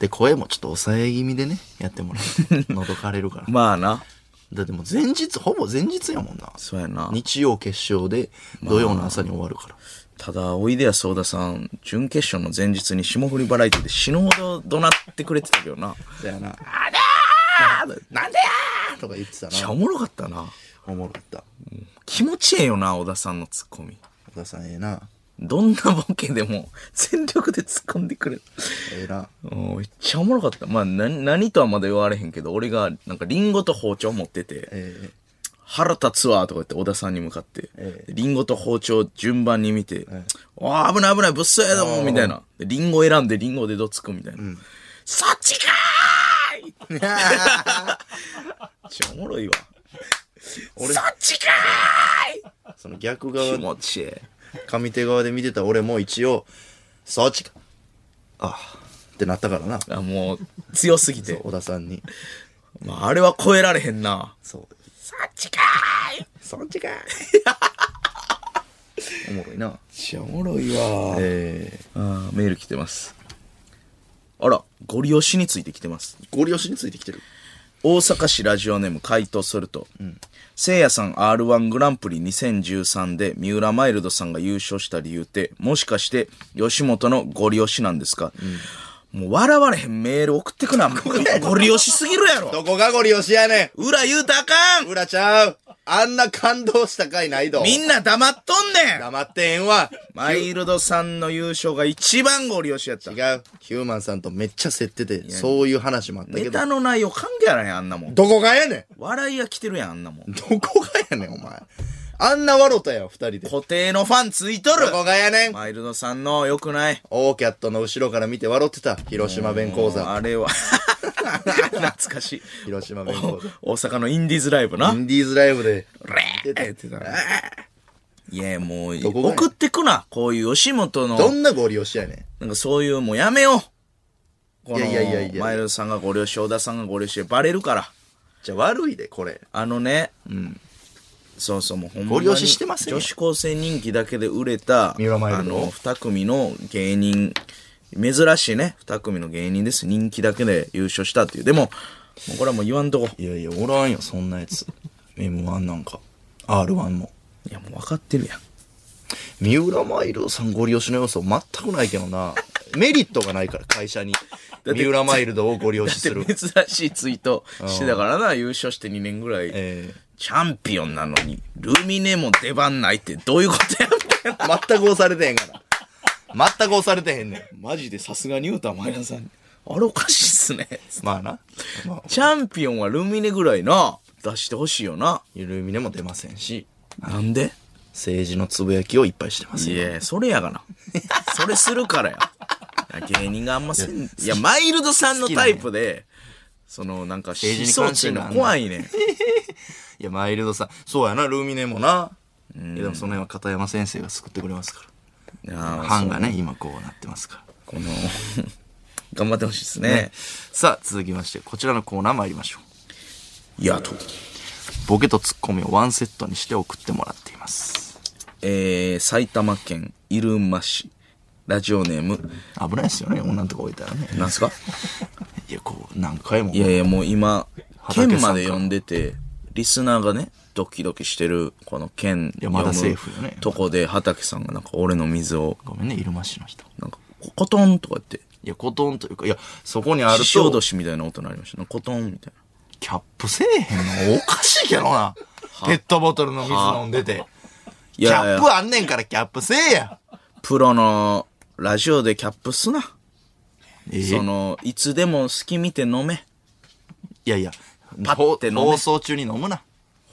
で、声もちょっと抑え気味でね、やってもら
<laughs>
って。喉枯れるから。
まあな。
だってもう前日、ほぼ前日やもんな。
そうやな。
日曜決勝で、土曜の朝に終わるから。
ただ、おいでやそうださん、準決勝の前日に霜降りバラエティで死ぬほど怒鳴ってくれてたけどな。
だよな。あだーなんでやーとか言ってた
めっちゃ
な。
おもろかったな。
おもろかった。
気持ちええよな、小田さんのツッコミ。
小田さんええな。
どんなボケでも全力で突っ込んでくれる。
ええな。
うんめっちゃおもろかった。まあ、な、何とはまだ言われへんけど、俺が、なんか、リンゴと包丁持ってて、
ええ
腹立つわとか言って、小田さんに向かって、
え
リンゴと包丁順番に見て、おー危ない危ない、ぶっそやだもん、みたいな。でリンゴ選んで、リンゴでどつくみたいな。そっちかーい <laughs> めっちゃおもろいわ。そっちか
その逆
ーい
側
気、持ちええ。
上手側で見てた俺も一応、そっちか。ああ、ってなったからな。
あもう、強すぎて。
小田さんに。
まあ、あれは超えられへんな。
そう。
そっちかーい
そっちか。おもろいな。
めっちゃおもろいわ
ええ
あーメール来てますあらご利用しについて来てます
ゴリ押しについてきてる。
大阪市ラジオネーム回答すると、せいやさん r 1グランプリ2013で三浦マイルドさんが優勝した理由ってもしかして吉本のご利用しなんですか、もう笑われへんメール送ってくなご利用しすぎるやろ
どこがゴリ押しやね
裏言うたらあかん
ん。うらちゃう。あんな感動した回ないど。
みんな黙っとんねん
黙ってへんわ。
マイルドさんの優勝が一番ご利用しやった
違う。ヒューマンさんとめっちゃ競ってて、そういう話もあったけ
ネ
ど
タ。の内容関係あらへんあんなもん
どこがやね
笑いが来てるやんあんなもん
ん。どこがやねん、お前。あんな笑ったやん、二人で。
固定のファンついとる
どこがやねん
マイルドさんの良くない。
オーキャットの後ろから見て笑ってた。広島弁講座。
あれは。懐かしい。
広島弁講座。
大阪のインディーズライブな
イ。ンディーズライブで。
レーってな。いや、もう、
どこがや
送ってくな。こういう吉本の、
どんなご利用しやねん。
なんかそういう、もうやめよう。この、
いやいやいやいや
マイルドさんがご了承、小田さんがご了承、バレるから。
じゃあ悪いで、これ。
あのね、そうそう、もうほんまに
ご了承してませんよ
女子高生人気だけで売れた、あ
三浦マイルド
の、二組の芸人、珍しいね、二組の芸人です。人気だけで優勝したっていう。でも、もうこれはもう言わんとこ。
いやいや、おらんよ、そんなやつ。M1 なんか。R1 も。
いや、もう分かってるやん。
三浦マイルドさんご利用しの要素全くないけどな。メリットがないから、会社に。三浦マイルドをご利用しする。
珍しいツイートしてたからな、優勝して2年ぐらい。
え
チャンピオンなのに、ルミネも出番ないってどういうことやみたいな。
ー、全く押されてへんから。全く押されてへんねん。
マジでさすがに言うた、マイナさんに。あれおかしいっすね。
まあな。まあ、
チャンピオンはルミネぐらいな、出してほしいよな。
ゆるみでも出ませんし、
なんで
政治のつぶやきをいっぱいしてます
い
よ。
や、それやがな。それするからや。芸人があんません。いや、マイルドさんのタイプで、その、なんか、思
政治に
想
関
ってい
心
う
が
の
あんの
怖いねん。
<laughs> いや、マイルドさん。そうやな、ルミネもな。いや、でもその辺は片山先生が救ってくれますか
あ
ら。
ー
ファンがね、今こうなってますから。
この、 <laughs> 頑張ってほしいですね。
さあ、続きまして、こちらのコーナー参りましょう。
いや、と。
ボケとツッコミをワンセットにして送ってもらっています。
えー、埼玉県入間市、ラジオネーム、
危ないですよね、女のとこ置いたらね。
なんすか
いや、こう、何回も。
いやいや、もう今、
畑さんか
県まで呼んでて、リスナーがね、ドキドキしてる、この県
やまだ
読
セー
む
フよね
とこで、畑さんがなんか俺の水を、
ごめんね、入間市の人。
なんか、コトンとか言って、
いや、コトンというか、いや、そこにある
しおど
と、
しみたいな音になりました。なんかコトンみたい
キャップせえへんのおかしいけどな。ペットボトルの水飲んでて。キ
な。いや
ャ
い
ップ
や、
あんねんからキャップせえや。
プロのラジオでキャップすな。
え
その、いつでも好き見て飲め。
いやいや、
パッて飲め
放送中に飲むな。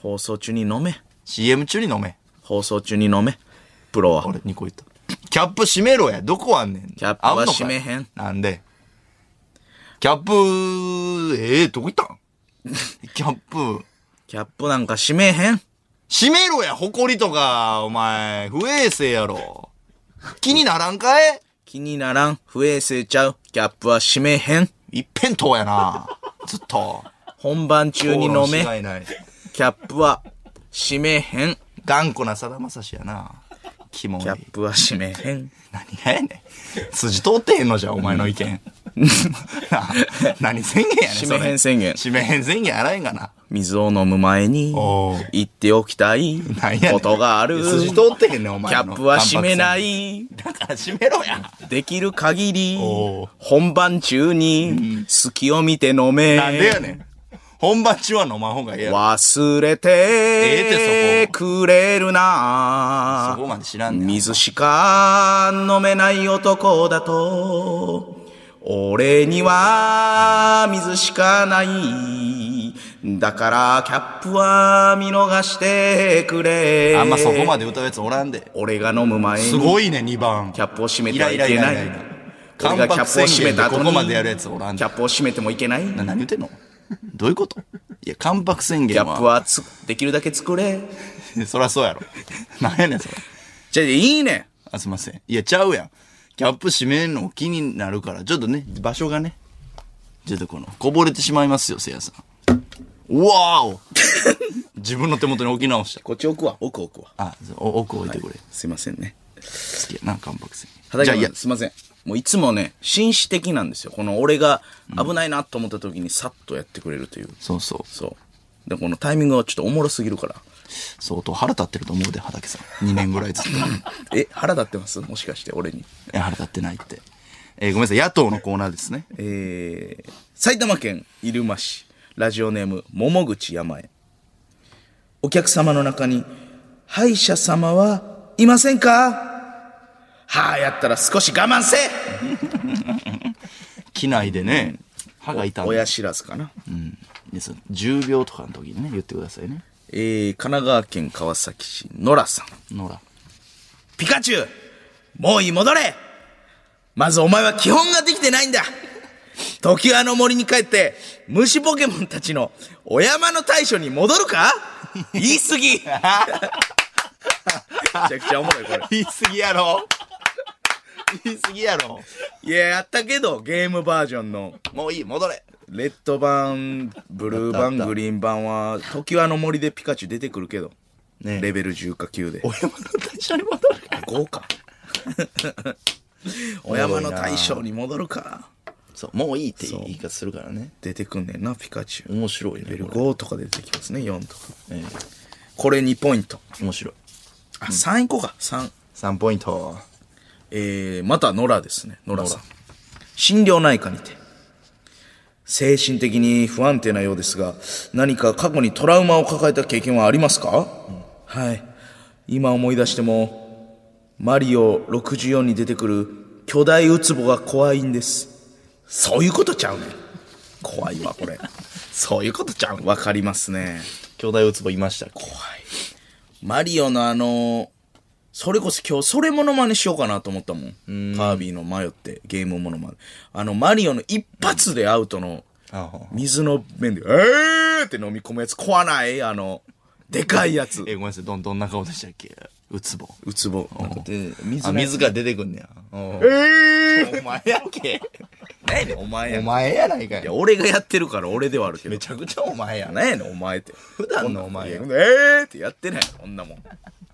放送中に飲め。
CM 中に飲め。
放送中に飲め。プロは。
あれ、2個言った。キャップ閉めろや。どこあんねん。
キャップは
あのか
閉めへん
なんで。キャップ、ええどこ行った
<laughs>
んキャップ、
キャップなんか閉めへん。
閉めろや。ほこりとか、お前、不衛生やろ。気にならんかい
気にならん。不衛生ちゃう。キャップは閉めへん。
一辺倒やな。ずっと。
本番中に飲
口論し
め
が。いない。
キャップは閉めへん。
頑固なさだまさしやな。キモい
キ。ャップは閉めへ <laughs> ん。
何がやねん。筋通ってへんのじゃ、お前の意
<laughs>
見。なあ何宣言やねん。
締めへん宣言
しめへん宣言やらへんがな。
水を飲む前に
おう、
言っておきたい
何やねん
ことがある。
筋通ってへんねん、お前
キャ
の
ップは閉めな。い。
だから閉めろや。
できる限り
おう、
本番中に隙を見て飲め。
なんでやねん。本番中は飲まんほうがええやろ。
忘れ
ええて
てくれるな
そこまで知らんねん。
水しか飲めない男だと、俺には水しかない。だからキャップは見逃してくれ。
あんまそこまで歌うやつおらんで。
俺が飲む前
す
に
ごいね、2番。
キャップを閉め
イ
ては
ライ
い
ライ
け
ラ
な
イライ
い
ラ。。
俺がキャップを閉めた後
こ
に、
こまでやるやつおらん
キ
で
ャ。ップを閉めてもいけない。
な何言ってんのどういうこといや、関白宣
キャ
言は。
ップはつできるだけ作れ。
そらそうやろ。 <laughs> なんやねん、それ。
じゃあいいねん。
あ、すいません。いや、ちゃうやん。キャップ閉めるの気になるから、ちょっとね、場所がね、ちょっとこの、こぼれてしまいますよ、せいやさん。うわー
<laughs>
お自分の手元に置き直した。
こっち置くわ。奥置くわ。
あ、お奥置いてくれ。
すいませんね。
好きやな、関白戦。
じ
じ
ゃ
ゃあ、
あい
い
や
や、
すいませんもういつもね紳士的なんですよこの俺が危ないなと思った時にさっとやってくれるという、
そうそう。
そうでこのタイミングはちょっとおもろすぎるから
相当腹立ってると思うで、畑さん。2年ぐらいずっと。 <laughs> い
え腹立ってますもしかして俺に
や腹立ってないって。えーごめんなさい、野党のコーナーですね。
えー、埼玉県入間市ラジオネーム桃口山へお客様の中に歯医者様はいませんか歯やったら少し我慢せ
機内でね、歯が痛んで
親知らずかな
うん。でその10秒とかの時にね、言ってくださいね。
えー、神奈川県川崎市、野良さん。
野良。
ピカチュウもういい戻れまずお前は基本ができてないんだ時はあの森に帰って虫ポケモンたちのお山の大将に戻るか言い過ぎめちゃくちゃおもろいこれ。
言い過ぎやろ言い過ぎやろ
いや、やったけど、ゲームバージョンの、
もういい、戻れ
レッド版、ブルー
あったあっ
版、
た
グリーン版は、時はの森でピカチュウ出てくるけど、
ねえ
レベル10か9で。
お山の大将に戻れ
豪華。 <laughs> お山の大将に戻るか。
そう、もういいって言い方するからね。
出てくんねんな、ピカチュウ。
面白いね
レベ。ル
これ
5とか出てきますね、4とか。
え
これ2ポイント。
え面白い。
あ、3いこうか、3。
3ポイント。
えー、また野良ですね、野良さん。心療内科にて。精神的に不安定なようですが、何か過去にトラウマを抱えた経験はありますか、はい。今思い出しても、マリオ64に出てくる巨大ウツボが怖いんです。そういうことちゃうねん。怖いわ、これ。
<laughs> そういうことちゃうん
わかりますね。
兄弟ウツボいましたっけ
マリオのあの、それこそ今日それモノマネしようかなと思ったもん。カービィの迷ってゲームモノマネ。あの、マリオの一発でアウトの、
ああ
水の面で、えーって飲み込むやつ怖ないあの、でかいやつ
え、。ごめんなさい、どん、どんな顔でしたっけウツボ。
ウツボ。なんかで水
あ、
の
水が出てくんねや。お
えー
前やけ。
何やねん、お前や。
<laughs> お
い
前やないかい
や、。俺がやってるから俺ではあるけど
め。ちゃくちゃお前やな。
何やねん、お前って。
普段のお前
いや
や
え。ーってやってない、こんなもん。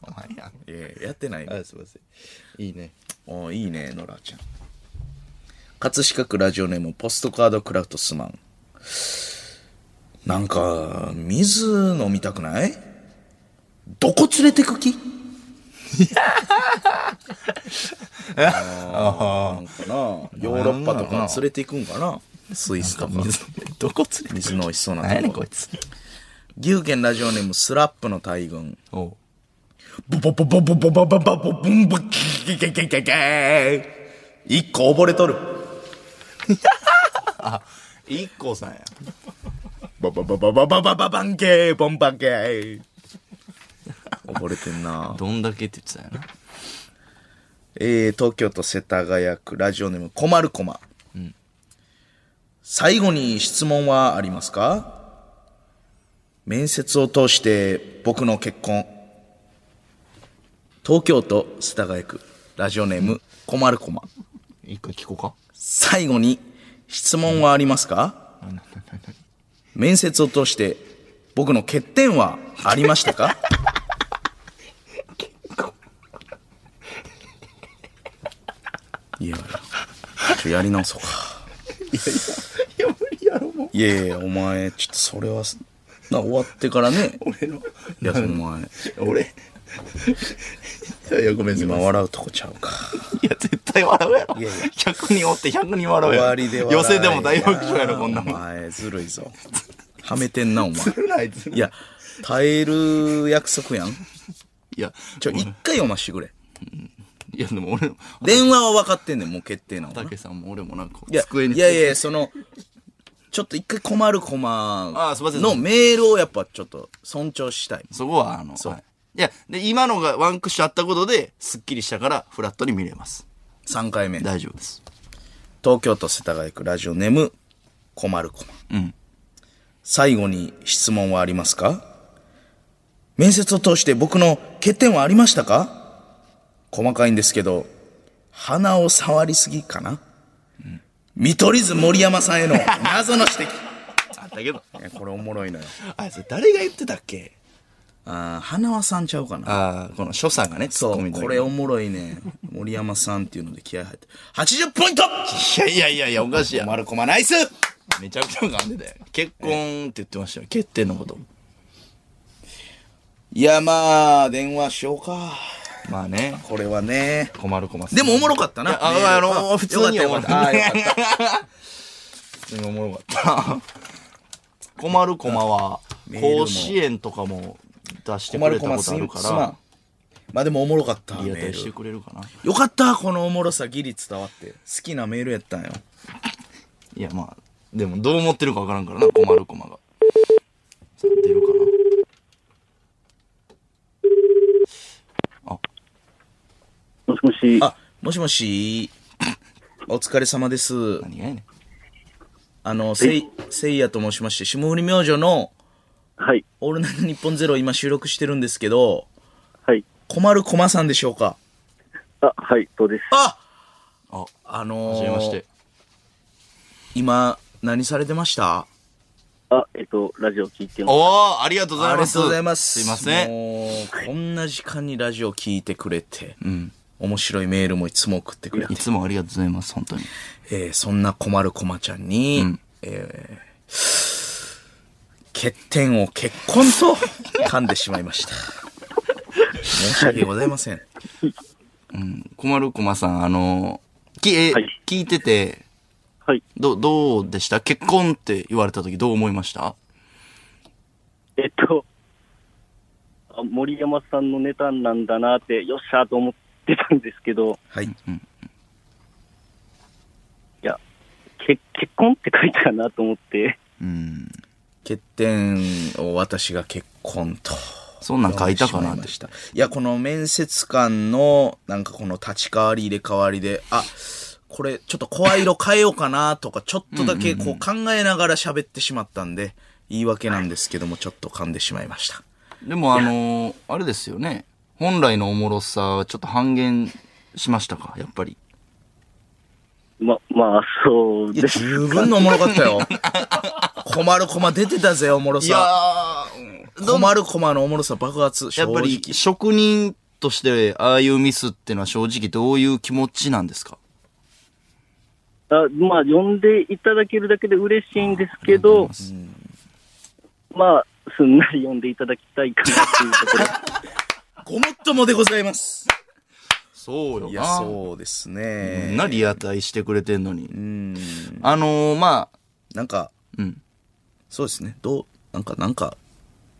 お前や。
いや、やってない。
あ、すいません。いいね。
おーいいねノラちゃん葛飾区ラジオネームポストカードクラフトスマンなんか水飲みたくないどこ連れてく気あーなんかなヨーロッパとか連れて行くんかなスイスとか
<laughs> どこ連れて
水の美味しそうな
何やね
と
ん、
こ
こいつ。
牛県ラジオネームスラップの大群
おう
ボボボボボボボボボボボンボキキキキキキ一個溺れとる
一個さんや。
バババババババババンケーボンバンケー溺れてんな
どんだけって言ってたんやな。
えー、東京都世田谷区ラジオネームこまるこま、最後に質問はありますか面接を通して僕の結婚東京都世田谷区ラジオネームこまるこま
一回聞こうか。
最後に質問はありますか面接を通して僕の欠点はありましたかいやいやちょやり直そうか
いや、無理やろ、もう。
いやいやお前ちょっとそれはな終わってからね
俺の。
いやお前
俺。いやいや、ごめんな
今
さい。
笑うとこちゃうか
いや、絶対笑うやろ。
いやいや
100人おって100人笑う
終
やろ。
わりで笑
寄せでも大爆笑やろ、こんな
も
も <laughs>
んお
ん。
前ずるいぞはめてんなお前
るない、ず
いや耐える約束やん
いや、
ちょ、一回読ましてくれ。
いや、でも俺の、
電話は分かってんねん、もう決定なのな。
たけさんも俺もなんか、
いや、
机に。
いやいや、その、ちょっと一回困る困
あすいません
のメールをやっぱちょっと尊重したい。
そこは、あの、
そう
はいいや、で、今のがワンクッションあったことで、スッキリしたから、フラットに見れます。
3回目。
大丈夫です。
東京都世田谷区ラジオネーム、困る困。
うん。
最後に質問はありますか面接を通して僕の欠点はありましたか細かいんですけど、鼻を触りすぎかな、見取り図森山さんへの謎の指摘。
あったけど。
いやこれおもろいのよ。
<laughs> あ、それ誰が言ってたっけ
ああ、花輪さんちゃうかな。
ああ、この所作がね、ツッ
そ
コミ
う、
の
これおもろいね。森山さんっていうので気合入って。80ポイント
いやいやいやいや、おかしいやん。
マルコマナイス
めちゃくちゃ噛んでたよ。結婚って言ってましたよ。欠点のこと。
いや、まあ、電話しようか。
まあね、
これはね。
困る困る。
でもおもろかった
い
な。
やああの、普通に
よ
おも
か
ろ
ったよか
か
っ。
った
あー
た
よかっ。
普通におもろかった。困る駒は、
メールも
甲子園とかも出して
た。
く
マ
れ
ル
たこ
コマ
と
す
あ
ま
る
ん
か。
まあでもおもろかった。
ら、
メ
リアタイして
ール
くれるかな。
よかった、このおもろさギリ伝わって。好きなメールやったんよ。
いや、まあ、でもどう思ってるかわからんからな、困る駒が。さあ出るかな。
もしもし、
あ、もしもし。お疲れ様です。
何がやねん。
あの、せい、せいやと申しまして、霜降り明星の
はい、
オールナイトニッポンゼロ今収録してるんですけど、
はい、
困る駒さんでしょうか
あ、はい、そうです。
あ
あ、
あの
は
ー、
じめまして。
今、何されてました
あ、えっと、ラジオ聞いてます。
おー、ありがとうござい
あり
ま
が
す。
とうございます。
すいません。
もう、こんな時間にラジオ聞いてくれて、
ん
面白いメールもいつも送ってくれて
い、つもありがとうございます、本当に。
えーそんな困る駒ちゃんに、
ん
えー欠点を結婚と噛んでしまい
<laughs>
ました。申し訳ございません。
困る駒さん、あのー、き、え、
はい
聞いてて、
はい、
ど、どうでした結婚って言われた時どう思いました
えっと、あ森山さんのネタなんだなって、よっしゃーと思ってたんですけど、
はい。
いや、け結婚って書いたなと思って、
うん。
欠点を私が結婚と。
そんなん書いたかな
っ
ってて。
した。いや、この面接官の、なんかこの立ち代わり入れ替わりで、あ、これちょっと声色変えようかなとか、ちょっとだけこう考えながら喋ってしまったんで、言い訳なんですけども、ちょっと噛んでしまいました。
でもあのー、あれですよね。本来のおもろさはちょっと半減しましたか、やっぱり。
ま、まあ、そう
いや、
です。
十分のおもろかった <laughs> よ。困る駒出てたぜ、おもろさ。
ー
困る駒のおもろさ爆発、正
やっぱ
直。
り職人としてああいうミスってのは正直どういう気持ちなんですか
あまあ、呼んでいただけるだけで嬉しいんですけど、まあ、すんなり呼んでいただきたいかなっていうところ。
ごもっともでございます。
そうよ
いや、そうですね。
みんなリアタイしてくれてんのに。
うん。
あのー、まあ、
なんか、
うん。
そうですね。どう、なんか、なんか、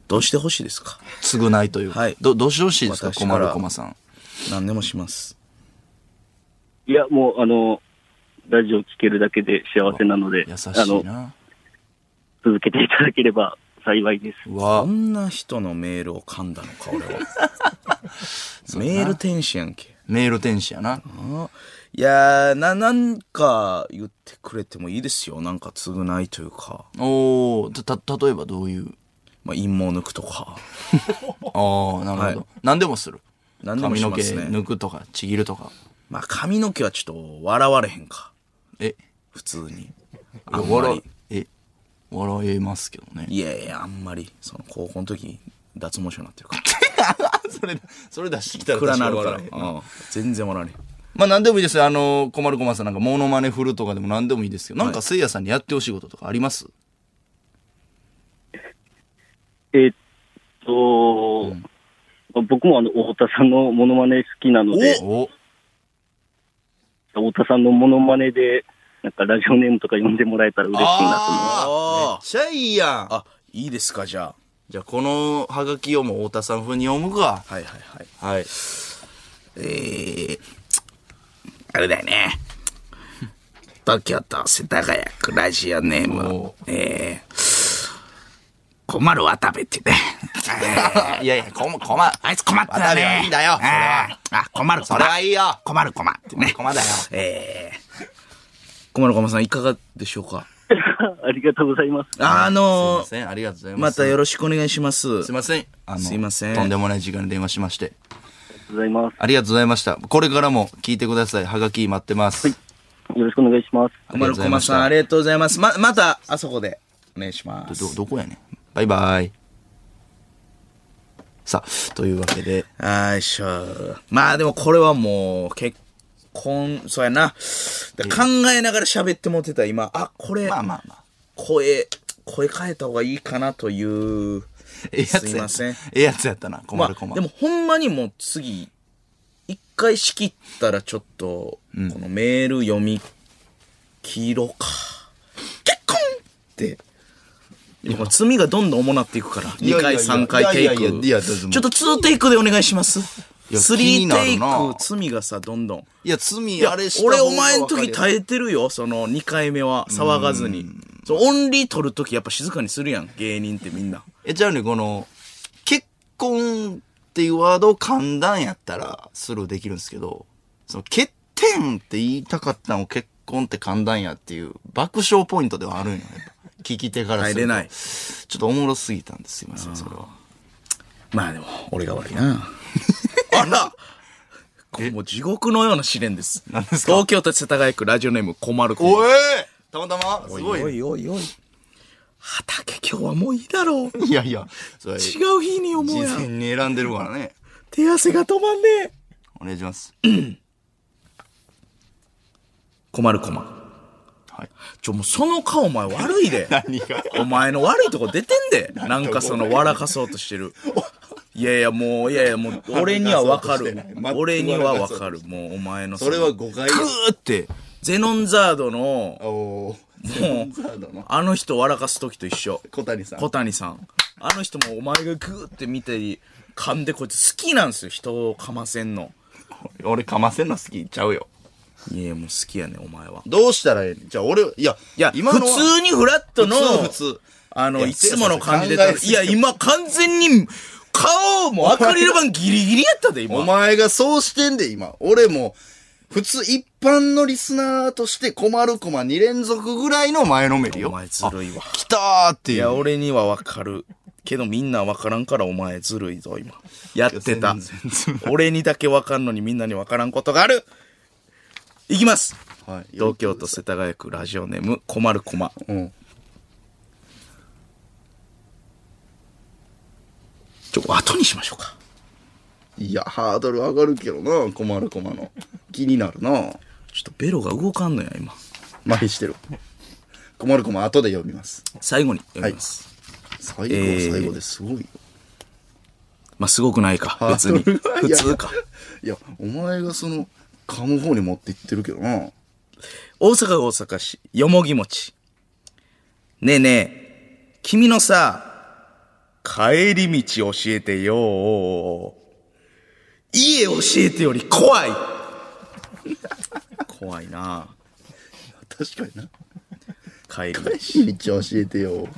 どうしてほしいですか
償いというか。
はい
ど、どうしてほしいですか
私から
困る駒さん。
何でもします。
いや、もう、あの、ラジオ聞けるだけで幸せなので、
優し
あの
い、な。
続けていただければ幸いです。
う
こ
わ、
んな人のメールを噛んだの
<laughs>
か、俺は。メール天使やんけ。
メール天使やな。
あいやーな、なんか言ってくれてもいいですよ。なんか償いというか、
おー、た、た、例えばどういう。
まあ、陰謀抜くと
ああ、な
か、
るほど。
はい
何でもする。
何でも
髪
し
の
ま
毛
すね。
抜くとか、ちぎるとか。
まあ、髪の毛はちょっと笑われへんか。
え、
普通に。あんま
笑
り。
え、え笑えますけどね。
<laughs> いやいや、あんまり、その、高校の時、脱毛症になってるから。
それ、それ出してきた
暗なるから。うん全然笑われへん。
まあ何でもいいですよ。あの、困る駒さんなんかモノマネ振るとかでも何でもいいですけど、なん
は
か
い
せいやさんにやってほしいこととかあります
えっと、僕もあの、太田さんのモノマネ好きなので、
お
太田さんのモノマネで、なんかラジオネームとか呼んでもらえたら嬉しいなと思います。
あーめっちゃいいやん。
あ、いいですか、じゃ
じゃあこのハガキをもう太田さん風に読むか。
あ。はいはいはい。
はい。
えー、あれだよね。東京都世田谷区ラジオネーム
お、
えー、困る渡部ってね。
いやいや、こま、こま、
<laughs> あいつ困ってた
渡部は
ね。
いいんだよそれは
あーあ、困る、
それはいいよ。
困る、困ってね。
駒だよ。
えー、困る、困さん、いかがでしょうか
ありがとうございます。
あの
すいません、ありがとうござい
ま
ます。
たよろしくお願いします。
すいません。あの
すいません
とんでもない時間に電話しまして。
ありがとうございま
ありがとうございました。これからも聞いてください。ハガキ待ってます。
す。よろしくお願いします。
困る、駒さん、あ
れ
りがとうございます。ま、また、あそこで、お願いします。
ど、どこやねん。バイバイ。さあ、というわけで、
あいしょ。まあでもこれはもう結婚、そうやな。だ考えながら喋ってもってた今、あ、これ、
まあまあまあ。
声、声変えた方がいいかなという。
ええやつ
すい
や
ま
っ
せ
た。
ん
ええやつやったな、困
ま
る困
あ
る。
でもほんまにもう次、一回仕切ったらちょっと、このメール読み切ろうか。結婚って。でもこの罪がどんどん重なっていくから、
いやいや
2
い
回、
や
3回テイク。
いやいやいやいやでも
ちょっと2テイクでお願いします。
いや
3
気にな
テイ
る
ク
な、
罪がさ、どんどん。
いや、罪
いや
あれした
俺お前の
え
時耐えてるよ、その2回目は、騒がずに。そうオンリー取る時やっぱ静かにするやん、芸人ってみんな。
え、じゃあね、この、結婚っていうワードを噛んだんやったらスルーできるんですけど、その欠点って言いたかったのを結婚って噛んだんやっていう爆笑ポイントではあるんよ、ね。聞き手からすると。
入れない
ちょっとおもろすぎたんです。すいません、それは。
まあでも、俺が悪いな。 <laughs> あらこれもう地獄のような試練です。
何ですか
東京都世田谷区ラジオネーム困る子。
おえたまたますごい,、
おいおいおい。畑今日はもういいだろう。
いやいや、それ、
違う日に思う
事
や
前
ん。
に選んでるからね。
手汗が止まんねえ。
お願いします。
困る困。
はい。
ちょ、もうその顔お前悪いで。 <laughs>
何が
お前の悪いとこ出てんで。なんかその笑かそうとしてる。いやいや、もう、いやいや、も <laughs> う、俺にはわか
笑
る
かそうとしてない。
俺にはわかる。もう、お前のの
それは誤解
クーって、ゼノンザー <laughs> ドの、
お
も
ー。ード
う
の、
あの人笑かす時と一緒。
小谷さん。
小谷さん。あの人もお前がグーって見て、噛んでこいつ好きなんですよ。人を噛ませんの。
俺かませんの好きちゃうよ。
いや、もう好きやねん、お前は。
どうしたらええねんじゃあ俺、いや、
いや、
今
普
のは
通にフラットの、
普通普通
あ
い
の、
や
いつもの感じで
考え
い
すぎ
や、今完全に、顔、もうアクリル板ギリギリやったで、
お
今。
前がそうしてんで、今。俺も、普通、一般のリスナーとして困る困2連続ぐらいの前のめりよ。
お前ずるいわ
あ来たーっていう。
いや、俺にはわかる。けどみんなわからんからお前ずるいぞ、今。やってた
いや全然。
俺にだけわかんのにみんなにわからんことがある。いきます。
はい
東京都世田谷区ラジオネーム、困る困。
うん。
ちょ、後にしましょうか。
いや、ハードル上がるけどな、困る困の。気になるな。
ちょっとベロが動かんのや、今。
麻痺してる。困る困後で読みます。
最後に読みます。
最後、
えー
最後ですごいよ。
まあ、すごくないか、別に。
ハード <laughs> ルはい
普
や
通か。
いや、お前がその、噛む方に持っていってるけどな。
大阪大阪市、よもぎ餅。ねえねえ、君のさ、帰り道教えてよ。家教えてより怖い怖いな
確かに
<laughs>
な。
帰り道。
道教えてよ。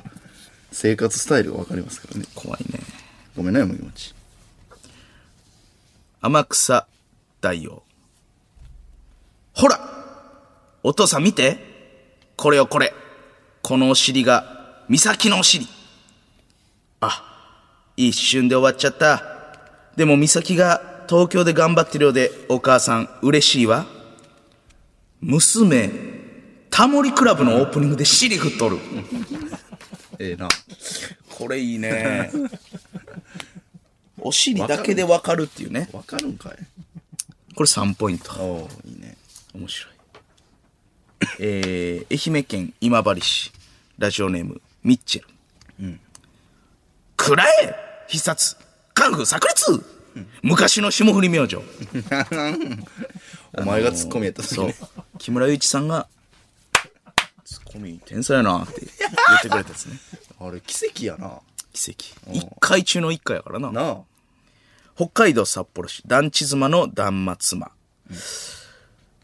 生活スタイルがわかりますからね。
怖いね。
ごめんなよ、麦餅。
天草大王。ほらお父さん見てこれをこれ。このお尻が、美咲のお尻。あ、一瞬で終わっちゃった。でも美咲が東京で頑張ってるようで、お母さん嬉しいわ。娘、タモリクラブのオープニングで尻振っとる。
ええな。
これいいね。お尻だけでわかるっていうね。
わかるんかい
これ3ポイント。
おーいいね。
面白い。えー、愛媛県今治市、ラジオネーム、ミッチェル。うん。くらえ必殺カンフー炸裂、昔の霜降り明星。
お前が突っ込みやった時
そう
ね。。
木村祐一さんが、ツッコミ天才やなって言ってくれたやつね。
あれ、奇跡やな。
奇跡。一回中の一回やからな。
なあ。
北海道札幌市団地妻の断末魔、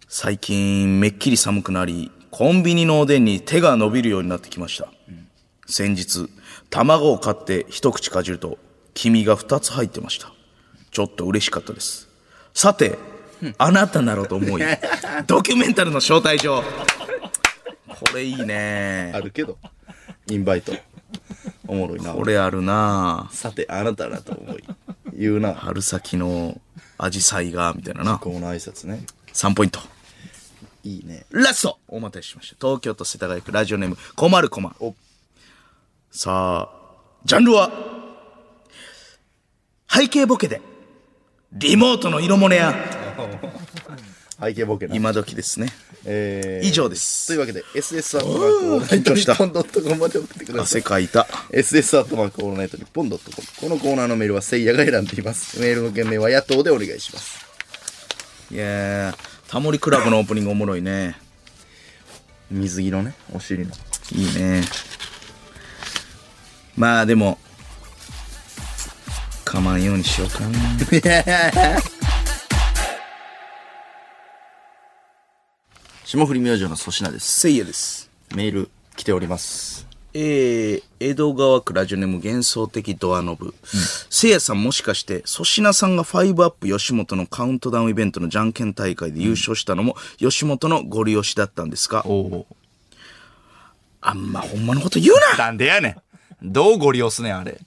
最近めっきり寒くなりコンビニのおでんに手が伸びるようになってきました、先日卵を買って一口かじると黄身が2つ入ってましたちょっと嬉しかったですさてあなたなろと
<laughs>
思いドキュメンタルの招待状これいいね
あるけど。インバイト。おもろいな。
これあるな
さて、あなただと思い。言うな。
春先のアジサイがみたいなな
この挨拶ね。
3ポイント
いいね。
ラストお待たせしました。東京都世田谷区ラジオネーム、困る困
お。
さあ、ジャンルは、背景ボケで、リモートの色物や、
背景ボケな。
今時ですね。
えー、
以上
と
で
い
す。
うわけで、SS アットマークオールナイトニッポンドットコムまで送ってくださ
汗
い。
かいた。
SS アットマークオールナイトニッポンドットコム。このコーナーのメールはせいやが選んでいます。メールの件名は野党でお願いします。
いやー、タモリクラブのオープニングおもろいね。
水着のね、お尻の。
いいね。まあでも、かまんようにしようかな。
霜降り明星の粗品です。
せいやです。
メール来ております。
えー、江戸川区ラジオネーム幻想的ドアノブ。せいやさんもしかして、粗品さんがファイブアップ吉本のカウントダウンイベントのじゃんけん大会で優勝したのも、吉本のご利用しだったんですか
おお。
あんまほんまのこと言うな
なんでやねん。どうご利用すねん、あれ。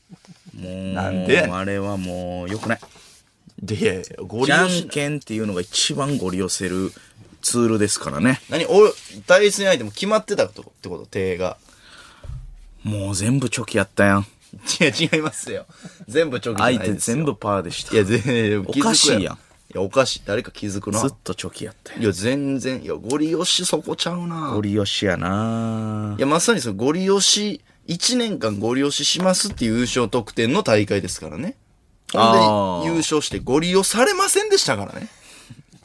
なんでやね
もうあれはもう良くない。
ん。いやいやご利
じゃ
用し
んけんっていうのが一番ご利用せるツールですからね。
何お対戦相手も決まってたことってこと手が。
もう全部チョキやったやん。
いや、違いますよ。全部直
相手全部パーでした。
いや、全然、
おかしいや
気づ
ん
くいや、おかしい。誰か気づくな。
ずっとチョキやったやん
い。や、全然、いや、ゴリ押しそこちゃうな
ご。利用しやない
や、まさにそのゴリ押し、1年間ゴリ押ししますっていう優勝特典の大会ですからね。
あ
ほん
ー
で、優勝してゴリ押されませんでしたからね。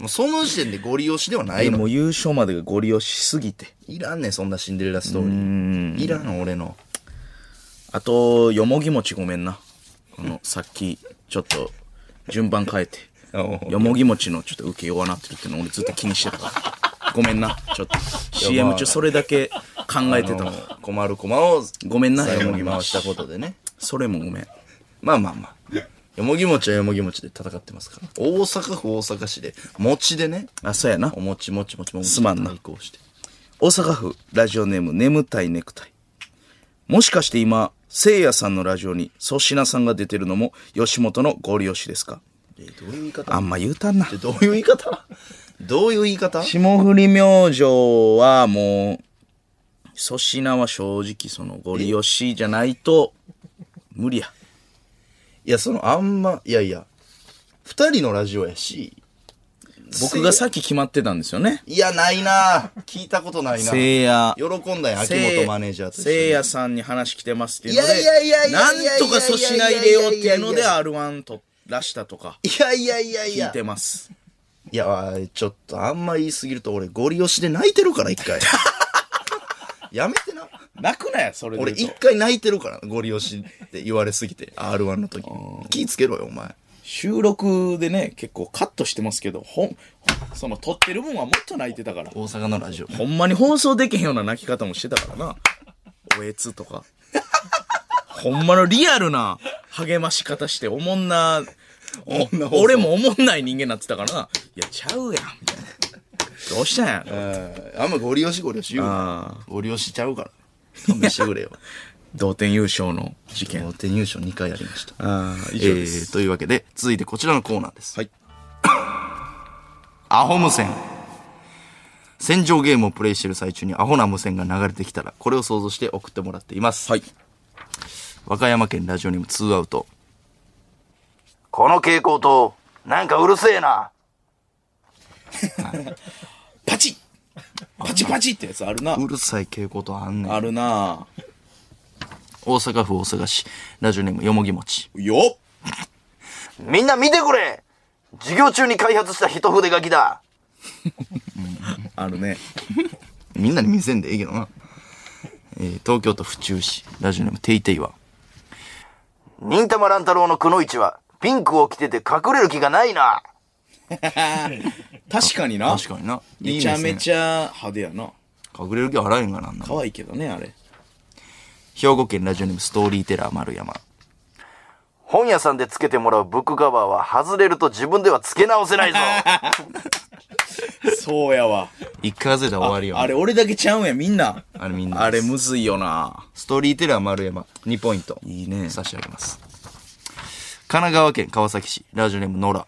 もうその時点でゴリ押しではない
で
の。
も優勝までがご利用しすぎて。
いらんねん、そんなシンデレラストーリー。いらん、俺の。
あと、よもぎ餅ごめんな。
<laughs>
この、さっき、ちょっと、順番変えて。よもぎ餅のちょっと受け弱なってるっていうの俺ずっと気にしてたから。ごめんな。ちょっと、CM 中それだけ考えてた
あ
の
の。困る駒を、
ごめんな、
最後
よもぎ
に回し
餅
た。ことでね。
それもごめん。
まあまあまあ。よもぎ餅はよもぎ餅で戦ってますから。大阪府大阪市で、餅でね、
あ、そうやな
お。餅もちもちもち
すまんな
対抗して。
大阪府ラジオネーム眠たいネクタイもしかして今せいやさんのラジオに粗品さんが出てるのも吉本のご利用しですか
えどういう言い方
あんま言うたんな
ってどういう言い方どういう言い方
霜降り明星はもう粗品は正直そのご利用しじゃないと無理や
いや、そのあんま、いやいや、二人のラジオやし、
僕が
せ
さっき決まってたんですよね
いや、ないな聞いたことないな
せいや
喜んだよ、秋
せい
元マネージャーと一緒に
せいやさんに話来てますっていうの
いやいやいや
で
いや
ない
やいや
んとか粗品入れようっていうの
い
で
や
R1 とらしたとか
いやいやいやい
聞い
や
て。ます
いや、ちょっとあんま言いすぎると俺ゴリ押しで泣いてるから、一回。 <laughs> やめてな。
泣くなや、それで
俺
言うと。
一回泣いてるから、ゴリ押しって言われすぎて、R1 の時に。気ぃつけろよ、お前。
収録でね、結構カットしてますけど、ほん、その撮ってる分はもっと泣いてたから。
大阪のラ <laughs> ジオ。
ほんまに放送できへんような泣き方もしてたからな。おえつとか。ほんまのリアルな励まし方して、おもんな、お
んな放送
俺もおもんない人間になってたからな。いや、ちゃうやん、みたいな。どうしたんや。
あんまゴリ押しゴリ押し言うな。ゴリ押しちゃうから。勘弁してくれ <laughs> よ。
同点優勝の事件。
同点優勝2回やりました。
ああ、
え
以上です。
ー、というわけで、続いてこちらのコーナーです。
はい。
アホ無線。戦場ゲームをプレイしている最中にアホな無線が流れてきたら、これを想像して送ってもらっています。
はい。
和歌山県ラジオネーム2アウト。この蛍光灯、なんかうるせえな。
パチッパチパチってやつあるな。
うるさい蛍光灯あんねん。
あるな
大阪府大阪市、ラジオネームよもぎもち。
よっ
みんな見てくれ授業中に開発した一筆書きだ
あるね。
みんなに見せんでええけどな。えー東京都府中市、ラジオネームていていは。忍たま乱太郎のくのいちは、ピンクを着てて隠れる気がないな。
確かにな。
確かにな。
めちゃめ
ゃ。
ちゃ派手やな。
隠れる気はあらへんがなあんな。
可愛いけどね、あれ。
兵庫県ラジオネームストーリーテラー丸山。本屋さんでつけてもらうブックカバーは外れると自分ではつけ直せないぞ
そうやわ。
<laughs> 一回外れたら終わりよ。
あれ、俺だけちゃうんや、みんな。
あれみんなです
あれ、むずいよな。
ストーリーテラー丸山2ポイント。
いいね
差し上げます。神奈川県川崎市、ラジオネームノラ。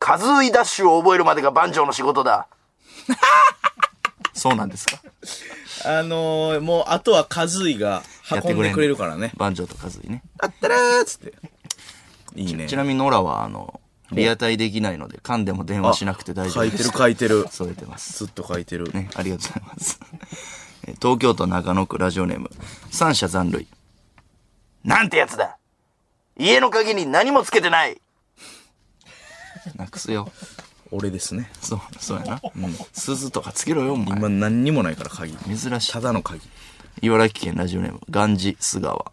カズイダッシュを覚えるまでが番長の仕事だ。そうなんですか
あのー、もう、あとはカズイが運んでくれるからね。
番長とカズイね。
あったらーっつって。いいね。
ちなみにノラは、あの、リアタイできないので、噛んでも電話しなくて大丈夫
書い
で
て
す。
る書いてる。
添えてます。
ずっと書いてる。
ね、ありがとうございます。え東京都中野区ラジオネーム、三者残類。なんてやつだ家の鍵に何もつけてないなくすよ。
俺ですね。
そう、そうやな。うん。鈴とかつけろよ、お前。
今何にもないから鍵。
珍しい
た。だの鍵。
茨城県ラジオネーム、ガンジ・菅川。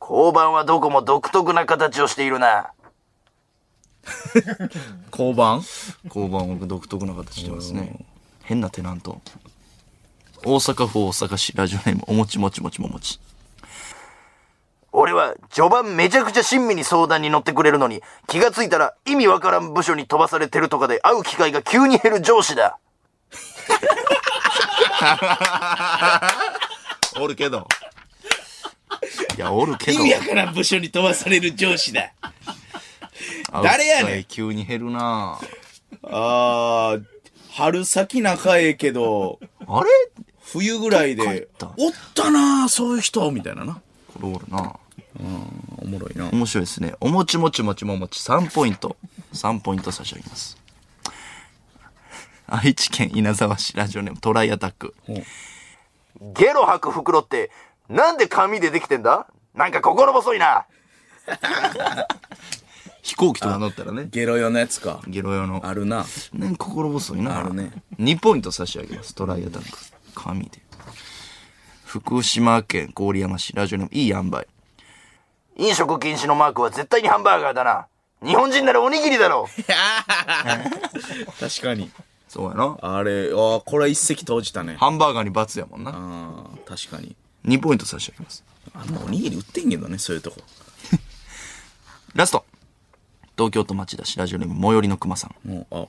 交番はどこも独特な形をしているな。
交番
交番は独特な形してますね。変なテナント。大阪府大阪市ラジオネームおもちもちもちももち俺は序盤めちゃくちゃ親身に相談に乗ってくれるのに気がついたら意味わからん部署に飛ばされてるとかで会う機会が急に減る上司
<laughs>
だおるけどいやおるけ
意
ど
味やからん部署に飛ばされる上司だ。誰やねん
会う機会急に減るな
あー、春先仲ええけど、
あれ
冬ぐらいで
どっか、
おったなーそういう人みたいなな。
これおるな
おもろいな。
面白いですね。おもちもちもちももち3ポイント。3ポイント差し上げます。愛知県稲沢市ラジオネームトライアタック。ゲロ吐く袋って、なんで紙でできてんだなんか心細いな。 <laughs> 飛行機とか乗ったらね。
ゲロ用のやつか。
ゲロ用の。
あるな。
ね、心細いな。
あるね。
2ポイント差し上げます。トライアタック。神で。福島県郡山市、ラジオネーム、いい塩梅飲食禁止のマークは絶対にハンバーガーだな。日本人ならおにぎりだろ。
確かに。
そうやな。
あれ、あーこれは一石投じたね。
ハンバーガーに罰やもんな。
あー確かに。
2ポイント差し上げます。
あんまおにぎり売ってんけどね、そういうとこ。
ラスト。東京都町田市、ラジオネーム、最寄りの熊さん。
もう、あ、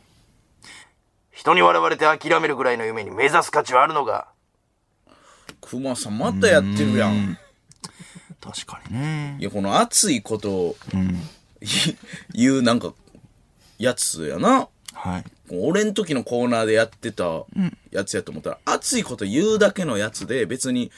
人に笑われて諦めるぐらいの夢に目指す価値はあるのか。
熊さんまたやってるやん。
確かにね
い。や、この熱いことを、 <laughs> 言うなんか、やつやな。
はい。
俺ん時のコーナーでやってたやつやと思ったら、熱いこと言うだけのやつで、別に、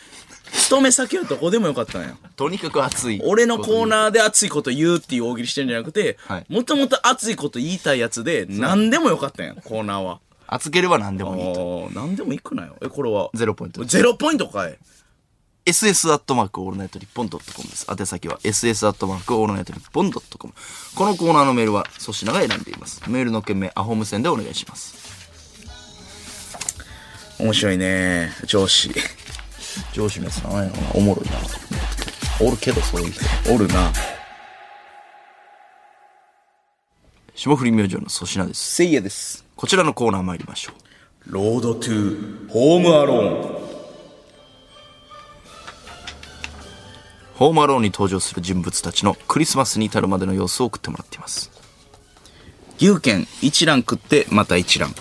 人目先はどこでもよかったんや。
とにかく熱い。
俺のコーナーで熱いこと言うっていう大喜利してんじゃなくて
はい、
もともと熱いこと言いたいやつで、何でもよかったんや、コーナーは。
熱ければ何でもいいと。
おー何でもいくなよ。え、これは。
ゼロポイントです
ゼロポイントかい。
ss アットマークオールナイトニッポンドットコムです。宛先は ss アットマークオールナイトニッポンドットコム。このコーナーのメールは粗品が選んでいます。メールの件名、アホ無線でお願いします。
面白いね上司。
上司のやつなんやろな、おもろいな。おるけど、そういう人。
おるな。
霜降り明星の粗品です。
せいやです。
こちらのコーナー参りましょう。
ロードトゥホームアローン。
ホームアローンに登場する人物たちのクリスマスに至るまでの様子を送ってもらっています。
牛券一覧食ってまた一覧。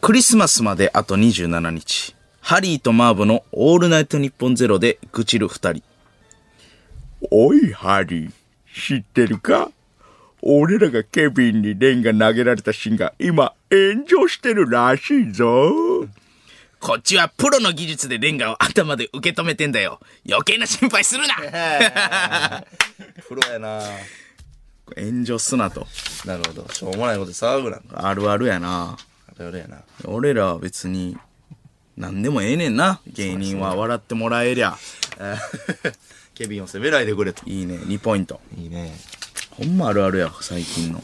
クリスマスまであと27日。ハリーとマーブのオールナイトニッポンゼロで愚痴る二人。
おい、ハリー、知ってるか俺らがケビンにレンが投げられたシーンが今炎上してるらしいぞ。
こっちはプロの技術でレンガを頭で受け止めてんだよ。余計な心配するな
プロやな
炎上すなと。
なるほど。しょうもないことで騒ぐなんか。
あるあるやな。
あれやな。
俺らは別に、何でもええねんな。芸人は笑ってもらえりゃ。
ケビンを責めないでくれと。
いいね、2ポイント。
いいね。
ほんまあるあるや、最近の。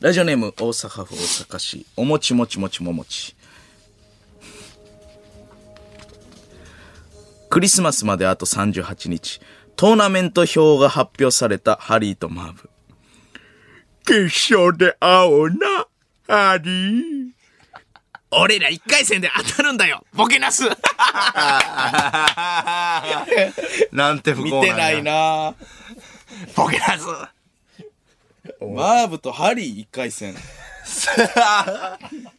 ラジオネーム、大阪府大阪市、おもちもちもちももち。クリスマスまであと38日、トーナメント表が発表されたハリーとマーブ。
決勝で会おうな、ハリー。
俺ら1回戦で当たるんだよボケなす
なんて不幸
見
な
てないな
ボケなず
マーブとハリー1回戦。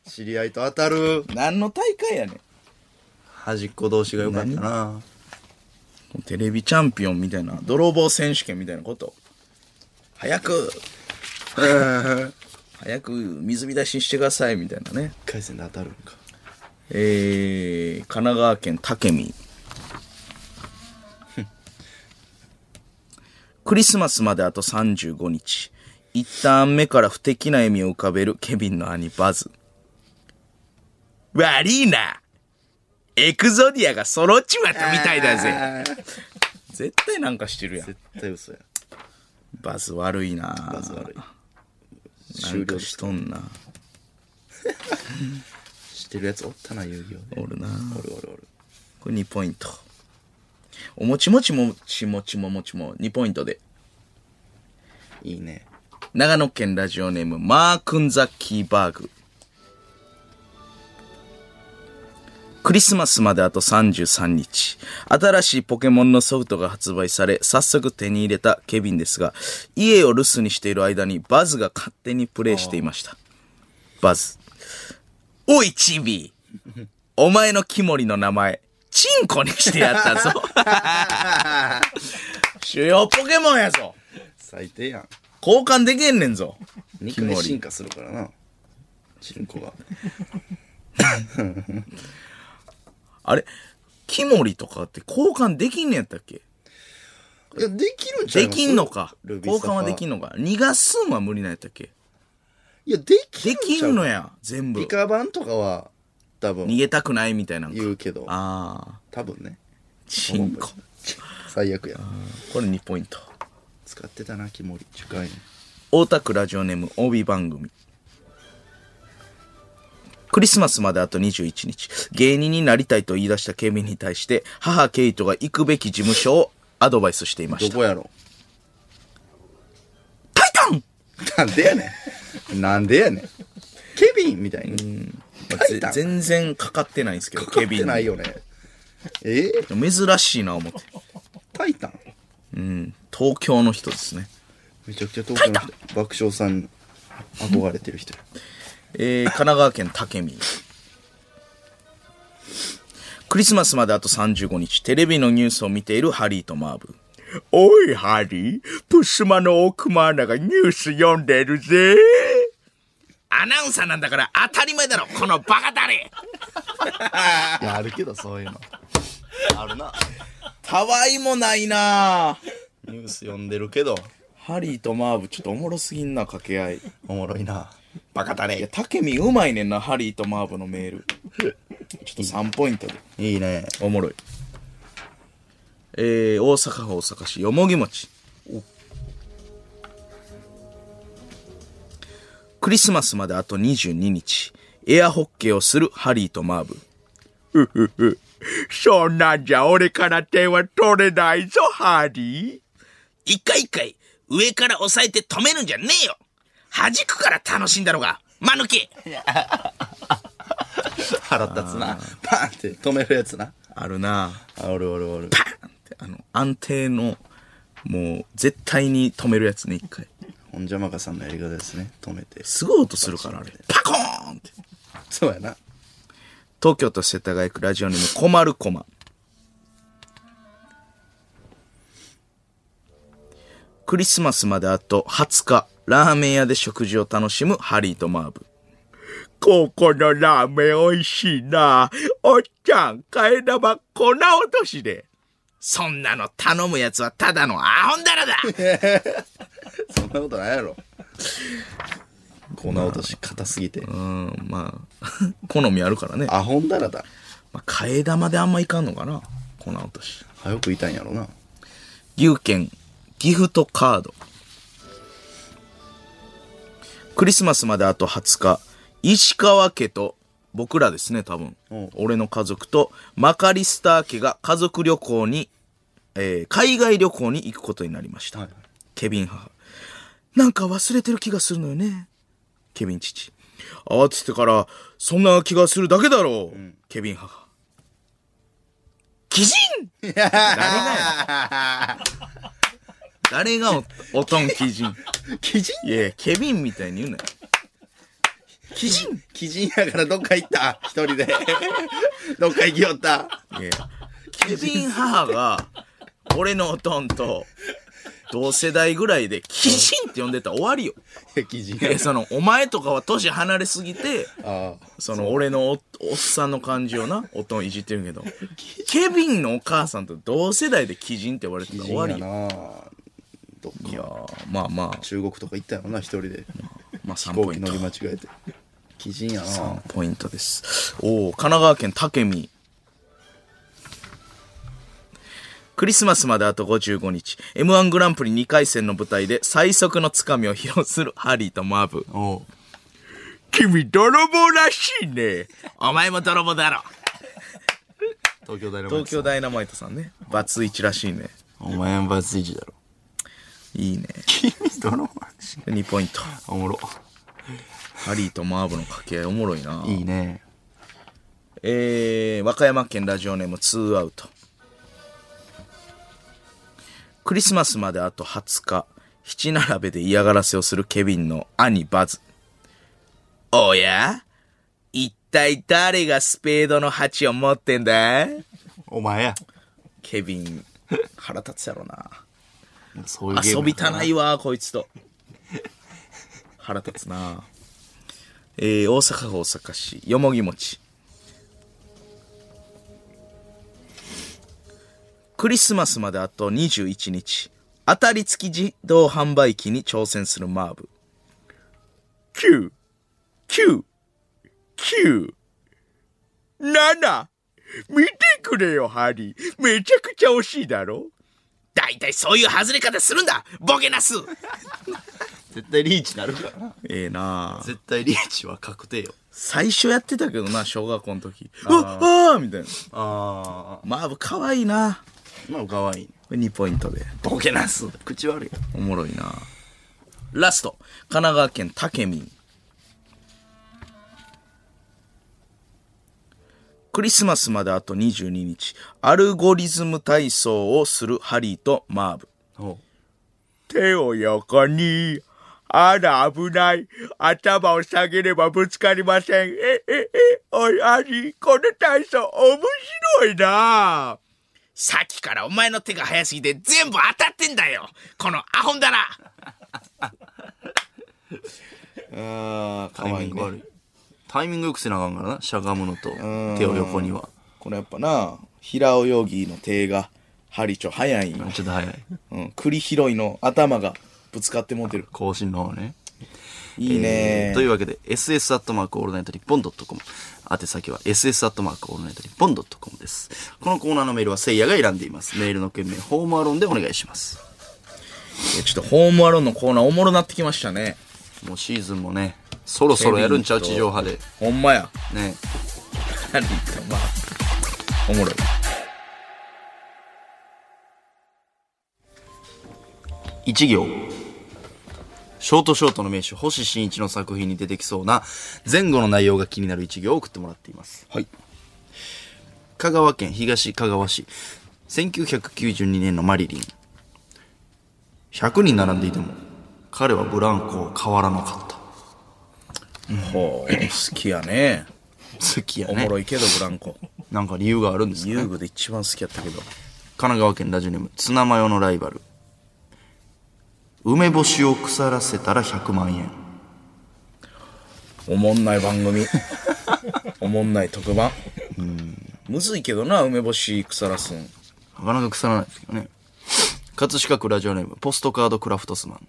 知り合いと当たる
何の大会やねん。
端っこ同士が良かったな
テレビチャンピオンみたいな、泥棒選手権みたいなこと。早く、 <laughs> 早く水浸ししてくださいみたいなね。
一回戦で当たるんか
えー、神奈川県武
<laughs>
見。クリスマスまであと35日。一旦目から不敵な笑みを浮かべるケビンの兄バズ。悪いなエクゾディアが揃っちまったみたいだぜ絶対なんかしてるやん。
対嘘や
バズ悪いなバ
嘘悪い
なんかしとんな。
知ってるやつおったな遊戯王で
おるな
おるおるおる
これ2ポイント。おもちもちもちもちももちも2ポイントで。
いいね
長野県ラジオネームマークンザッキーバーグ。クリスマスまであと33日。新しいポケモンのソフトが発売され、早速手に入れたケビンですが、家を留守にしている間にバズが勝手にプレイしていました。バズ。おい、チビお前のキモリの名前、チンコにしてやったぞ。主要ポケモンやぞ。
最低やん。
交換できんねんぞ。
肉に進化するからな。チンコが。
あれ、キモリとかって交換できんねやったっけ
<laughs> いや、できるんちゃい
で
ます
きんのか。
ルビー
交
スタ
換はできんのか。逃がすんは無理なんやったっけ
いや、でき
で
る
き
ちゃうん
のや、全部
リ。カ版とかは、多分
逃げたくないみたいなのか
言うけど、
ああ、
多分ね。
チンコ。
最悪や。
これ2ポイント。
使ってたな、キモリ。近いね。
大田区ラジオネーム帯番組クリスマスまであと21日芸人になりたいと言い出したケビンに対して母ケイトが行くべき事務所をアドバイスしていま
ど
した
こやろ
「タイタ
<laughs>
ン!
なんでやねん。なんでやねん。ケビンみたいに。タイタン」
全然かかってないんですけど
かか
ケ
っ
ビ
て
ン
ない
に
よね。え
珍しいな思って
タイタン
東京の人ですね
めちゃくちゃ東京の人。爆笑さんに憧れてる人や。
えー神奈川県武見クリスマスまであと35日テレビのニュースを見ているハリーとマーブ
おい、ハリー、プスマの奥マーナがニュース読んでるぜ。
アナウンサーなんだから当たり前だろこのバカだれ
い <laughs> や、あるけど、そういうの。あるな。
たわいもないな
ニュース読んでるけど、
ハリーとマーブちょっとおもろすぎんな掛け合いい
おもろいな。バカだ
や
ね。
タケミうまいねんなハリーとマーブのメールちょっと3ポイントで
いいね。
おもろいえー、大阪府大阪市よもぎ餅クリスマスまであと22日エアホッケーをするハリーとマーブ <laughs>
そんなんじゃ俺から手は取れないぞ、ハリー。
一回一回、上から押さえて止めるんじゃねえよ弾くから楽しいんだろうが間抜け
腹立つな。パンって止めるやつな。
あるなぁ
あおるおるおる。
パンって、あの、安定の、もう、絶対に止めるやつね、一回。
ほんじゃまかさんのやり方ですね。止めて。
すごい音するから、あれ。パコーンって。
そうやな。
東京都世田谷区ラジオネーム困るコマクリスマスまであと20日ラーメン屋で食事を楽しむハリーとマーブ
ここのラーメン美味しいな。おっちゃん、替え玉粉落としで。
そんなの頼むやつはただのアホンダラだ
そんなことないやろ。粉落とし硬すぎて。
うん、まあ、 <laughs> 好みあるからね。
アホンダラだ。
まあ、替え玉であんまいかんのかな粉落とし。
早くいたいんやろな。
牛券、ギフトカード。クリスマスまであと20日、石川家と、僕らですね、多分
うん。
俺の家族と、マカリスター家が家族旅行に、えー海外旅行に行くことになりました。
はい
ケビン母。なんか忘れてる気がするのよね。ケビン父。慌ててから、そんな気がするだけだろう。ケビン母。
<laughs>
鬼人誰がや誰がおおとん鬼人
基人
いやいやケビンみたいに言うなよ。鬼人
基人やからどっか行った。一人で。 <laughs> どっか行きよった。
いやケビン母が、俺のおとんと、同世代ぐらいで、鬼人って呼んでたら終わりよ。
基人
いやその、お前とかは年離れすぎて、
ああ。
その俺のおおっさんの感じをな、おとんいじってるけど、ケビンのお母さんと同世代で鬼人って言われてた
基
ら
人
終わ
や
りよ。
な。どっ
いや
か。
ー、まあまあ、
中国とか行ったやろな、一人で。
まあ
飛
3
行
ポ
機
イン
乗
ト
り。間違えて。基人やな。
ポイントです。おお、神奈川県武見。クリスマスまであと55日、M1 グランプリ2回戦の舞台で最速のつかみを披露するハリーとマーブ。
おう
君、泥棒らしいね。
お前も泥棒だろ
東京大の
東京ダイナマイトさんね。バツイチらしいね。
お前はバツイチだろ。
いいね。
君、どの話
2ポイント。
おもろ。
ハリーとマーブの掛け合いおもろいない
いね。
えー、和歌山県ラジオネームツーアウト。クリスマスまであと20日、七並べで嫌がらせをするケビンの兄バズ。おや一体誰がスペードの8を持ってんだ
お前や。
ケビン、腹立つやろな。
そういうゲーム
遊びたないわ、こいつと。腹立つな。えー、大阪府大阪市、よもぎもち。クリスマスまであと21日、当たり付き自動販売機に挑戦するマーブ。
九、九、九、七。見てくれよ、ハリー。めちゃくちゃ惜しいだろ。
大体そういう外れ方するんだボケなす
絶対リーチなるからな。
ええなあ
絶対リーチは確定よ。
最初やってたけどな、小学校の時。うわああみたいな。
あ
マーブ可愛いな。
ー。まあ、かわいい、ね。
これ2ポイントで。
ボケなす。口悪い。
おもろいなラスト神奈川県武民クリスマスまであと22日アルゴリズム体操をするハリーとマーブ
おう
手を横に。あら、危ない。頭を下げればぶつかりません。え、え、え、おい、ハリー、この体操、面白いな。
さっきからお前の手が早すぎて全部当たってんだよこのアホンだ <laughs> なあーか
タイ
わ
ミ
い
ン
い
グ
ね
悪い。タイミングよくせなあかんからな。しゃがむのと、手を横には。
これやっぱな平泳ぎの手がハリーちょ早いんよ、
ちょっと早い。
うん、栗拾いの頭がぶつかって持てる
更新の方ね。
いいね
えーというわけで、ss アットマークオールナイトニッポンドットコム。宛先は ss アットマークオールナイトニッポンドットコムです。このコーナーのメールはせいやが選んでいます。メールの件名、ホームアローンでお願いします。
いやちょっとホームアローンのコーナーおもろなってきましたね。
もうシーズンもね、そろそろやるんちゃう地上波で。
ほんまや。
ね。
何かまあ、おもろい。
一行。ショートショートの名手、星新一の作品に出てきそうな、前後の内容が気になる一行を送ってもらっています。
はい。
香川県東香川市1992年のマリリン100人並んでいても彼はブランコを変わらなかった
ほう、好きやね。
好きや
お
ね
もろいけど、ブランコ。
なんか理由があるんですかね
遊
神
具で一番好きやったけど。
奈川県ラジオネームツナマヨのライバル梅干しを腐らせたら100万円
おもんない番 <laughs> 組。おもんない特番。むずいけどな、梅干し腐らすん。
なかなか腐らないですけどね葛飾区ラジオネームポストカードクラフトスマン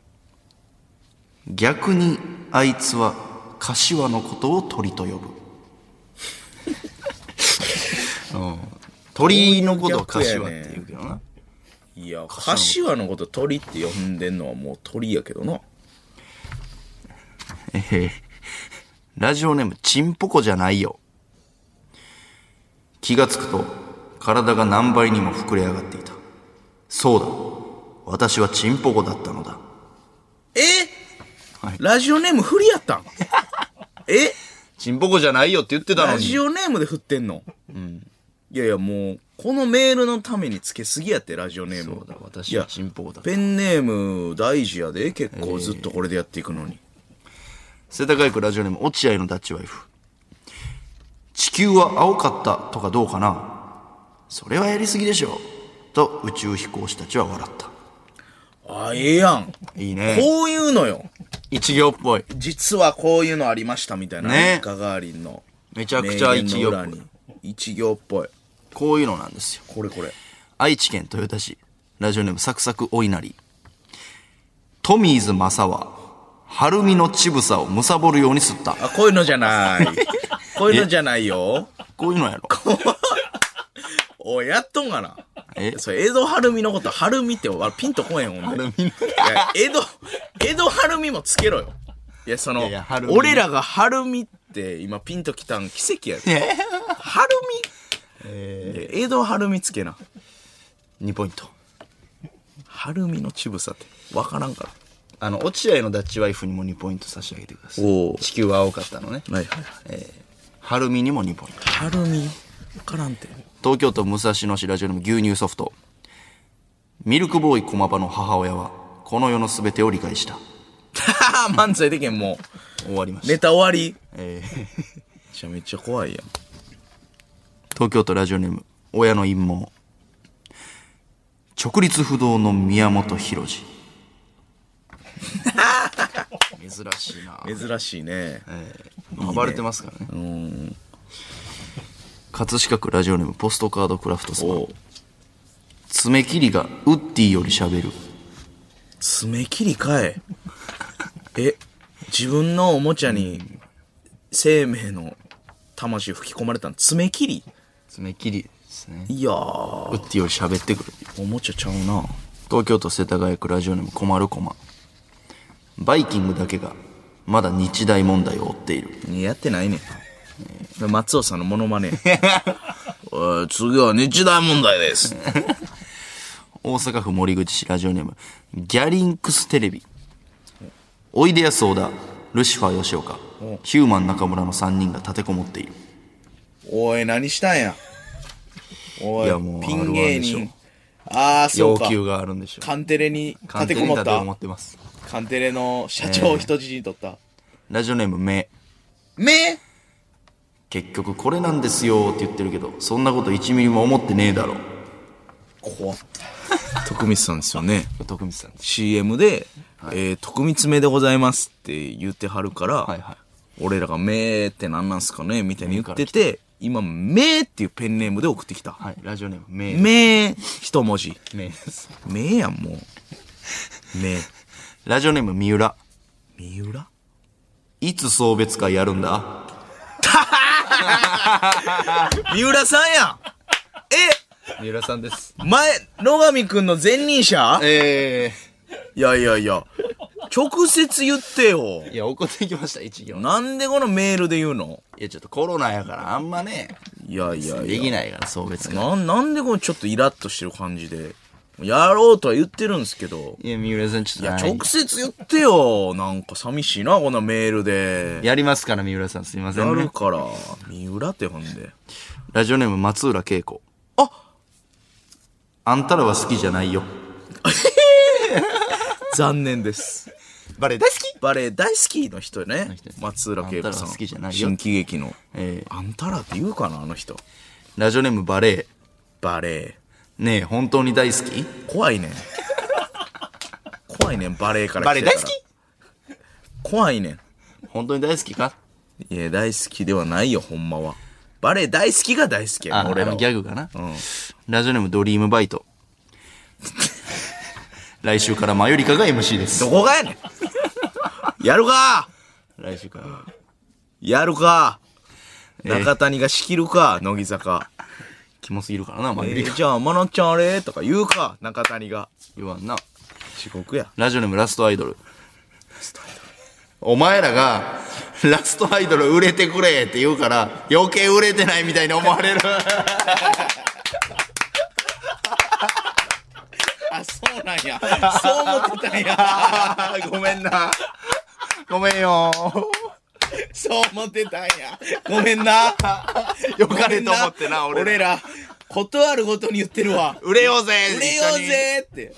逆にあいつは柏のことを鳥と呼ぶ <laughs> うん鳥のことを柏って言うけどな、
いや、柏のこと鳥って呼んでんのはもう鳥やけどな。
えへへラジオネームチンポコじゃないよ気がつくと体が何倍にも膨れ上がっていたそうだ私はチンポコだったのだ
え
はい
ラジオネーム振りや
<laughs>
ったんえ
チンポコじゃないよって言ってたのに
ラジオネームで振ってんの、いやいやもうこのメールのためにつけすぎやってラジオネーム
そうだ私
い
は
や
チンポコだった
ペンネーム大事やで結構ずっとこれでやっていくのに、
世田谷区ラジオネーム落合のダッチワイフ地球は青かったとかどうかなそれはやりすぎでしょと宇宙飛行士たちは笑った
あええやん
いいね
こういうのよ
一行っぽい
実はこういうのありましたみたいな、
ね
ガガーリンの
めちゃくちゃ一行
名言
っ
の裏
ぽい
に一行っぽい
こういうのなんですよ
これこれ
愛知県豊田市ラジオネームサクサクお稲荷トミーズ正は晴海の乳房をむさぼるように吸った
あこういうのじ
<laughs>
ゃないこういうのじゃないよ
こういうのやろ
おいやっとんがな
え
それ江戸晴美のこと晴美ってわピンとこえへんほんで
海
いや江戸、江戸晴美もつけろよ。いや、その、
いやいや晴美
俺らが晴美って今ピンときたん奇跡やで。
え
晴美、いや江戸晴美つけな。
2ポイント
晴美のちぶさって、わからんか
あの落合のダッチワイフにも2ポイント差し上げてください
おう
地球は青かったのね
ら。はいはい。
えー晴海にも2ポイント。
はるみよ。わからんて。 <laughs>
東京都武蔵野市ラジオネーム牛乳ソフト。ミルクボーイ駒場の母親は、この世の全てを理解した。
はは漫才でけん、も
終わりま
う。
した。
ネタ終わり
えー
めちゃめちゃ怖いやん。
東京都ラジオネーム親の陰謀直立不動の宮本浩
<laughs>
次珍しいな
珍しいね。
暴れてますからね葛飾区ラジオネームポストカードクラフトさん
おう
爪切りがウッディより喋る
爪切りかえ。え、自分のおもちゃに生命の魂吹き込まれたの爪切り
爪切りですね
いやー、
ウッディより喋ってくる
おもちゃちゃうな。
東京都世田谷区ラジオネーム困る駒バイキングだけがまだ日大問題を追っている
いややってないねん。それ松尾さんのモノマネ。 <laughs> おい次は日大問題です。
大阪府森口市ラジオネームギャリンクステレビおいでやす小田ルシファー吉岡ヒューマン中村の3人が立てこもっている
おい、何したんや。おい、
いやもう
ピ
R1
ン芸
でしょ
人。ああ、そう
要
か。
求があるんでしょ
カンテレに立てこもっ
勝手に立て
た
こ。もってます
カンテレの社長を人質に取った。
ラジオネーム目
目
結局これなんですよって言ってるけどそんなこと1ミリも思ってねえだろ
怖っ。徳光さんですよね。
徳光さんです
CM で、えー徳光目でございますって言ってはるから、
はいはい
俺らが目って何なんすかねみたいに言ってて、今、目っていうペンネームで送ってきた。
はいラジオネーム目
目、一文字。
目です
目やん、もう。目。
ラジオネーム三浦
三浦
いつ送別会やるんだ
三浦さんやんえ
三浦さんです
前、野上くんの前任者
え
いやいやいや、直接言ってよ。
えいや怒ってきました一行い
なんでこのメールで言うの
やちょっとコロナやからあんまね
いやいやいや。
できないから送別会
ななんでこのちょっとイラッとしてる感じで。やろうとは言ってるんですけど。
いや、三浦さん、ちょっと。
いや、
はい
直接言ってよ。なんか寂しいな、こんなメールで。
やりますから、三浦さん、すいませ
や
ん、
る
ね。
から。三浦ってほんで。
ラジオネーム、松浦恵子。
あ
あんたらは好きじゃないよ。
残念です。
バレエ大好き
バレエ大好きの人ね
人で。す
松浦恵
あん
子
た
さ
ら
ん。
好きじゃないよ
新喜劇の。
えー
あんたらって言うかな、あの人。
ラジオネーム、バレエ。
バレ
ねえ、本当に大好き
エ。
<laughs>
怖いねん。怖いねん、バレエから
バレエ
来て
大
た
好
ら
き
怖いねん。
本当に大好きか
いや、大好きではないよ、ほんまは。バレエ大好きが大好きや
あ
ね、、
俺
俺ら
の
は。
ギャグかな。
うん。
ラジオネーム、ドリームバ <laughs> イト。来週からマユリカが MC です
ど。こがやねんやるか
来週から。
やるか
え
中谷が仕切るか乃木坂。
キモすぎるからな、マ
え
ユリ
ー
カ。
じゃあ、まなっちゃんあれとか言うか中谷が。
言わんな。
地獄や。
ラジオネームラストアイドル。お前らが、ラストアイドル売れてくれって言うから、余計売れてないみたいに思われる。
<laughs> あ、そうなんや。そう思ってたんや。 <laughs> ごめんな。
ごめんよ。
そう思ってたんや。ごめん <laughs> な。
よかれと思ってな、俺ら。
ら、断るごとに言ってるわ。
売れようぜ
売れようぜって。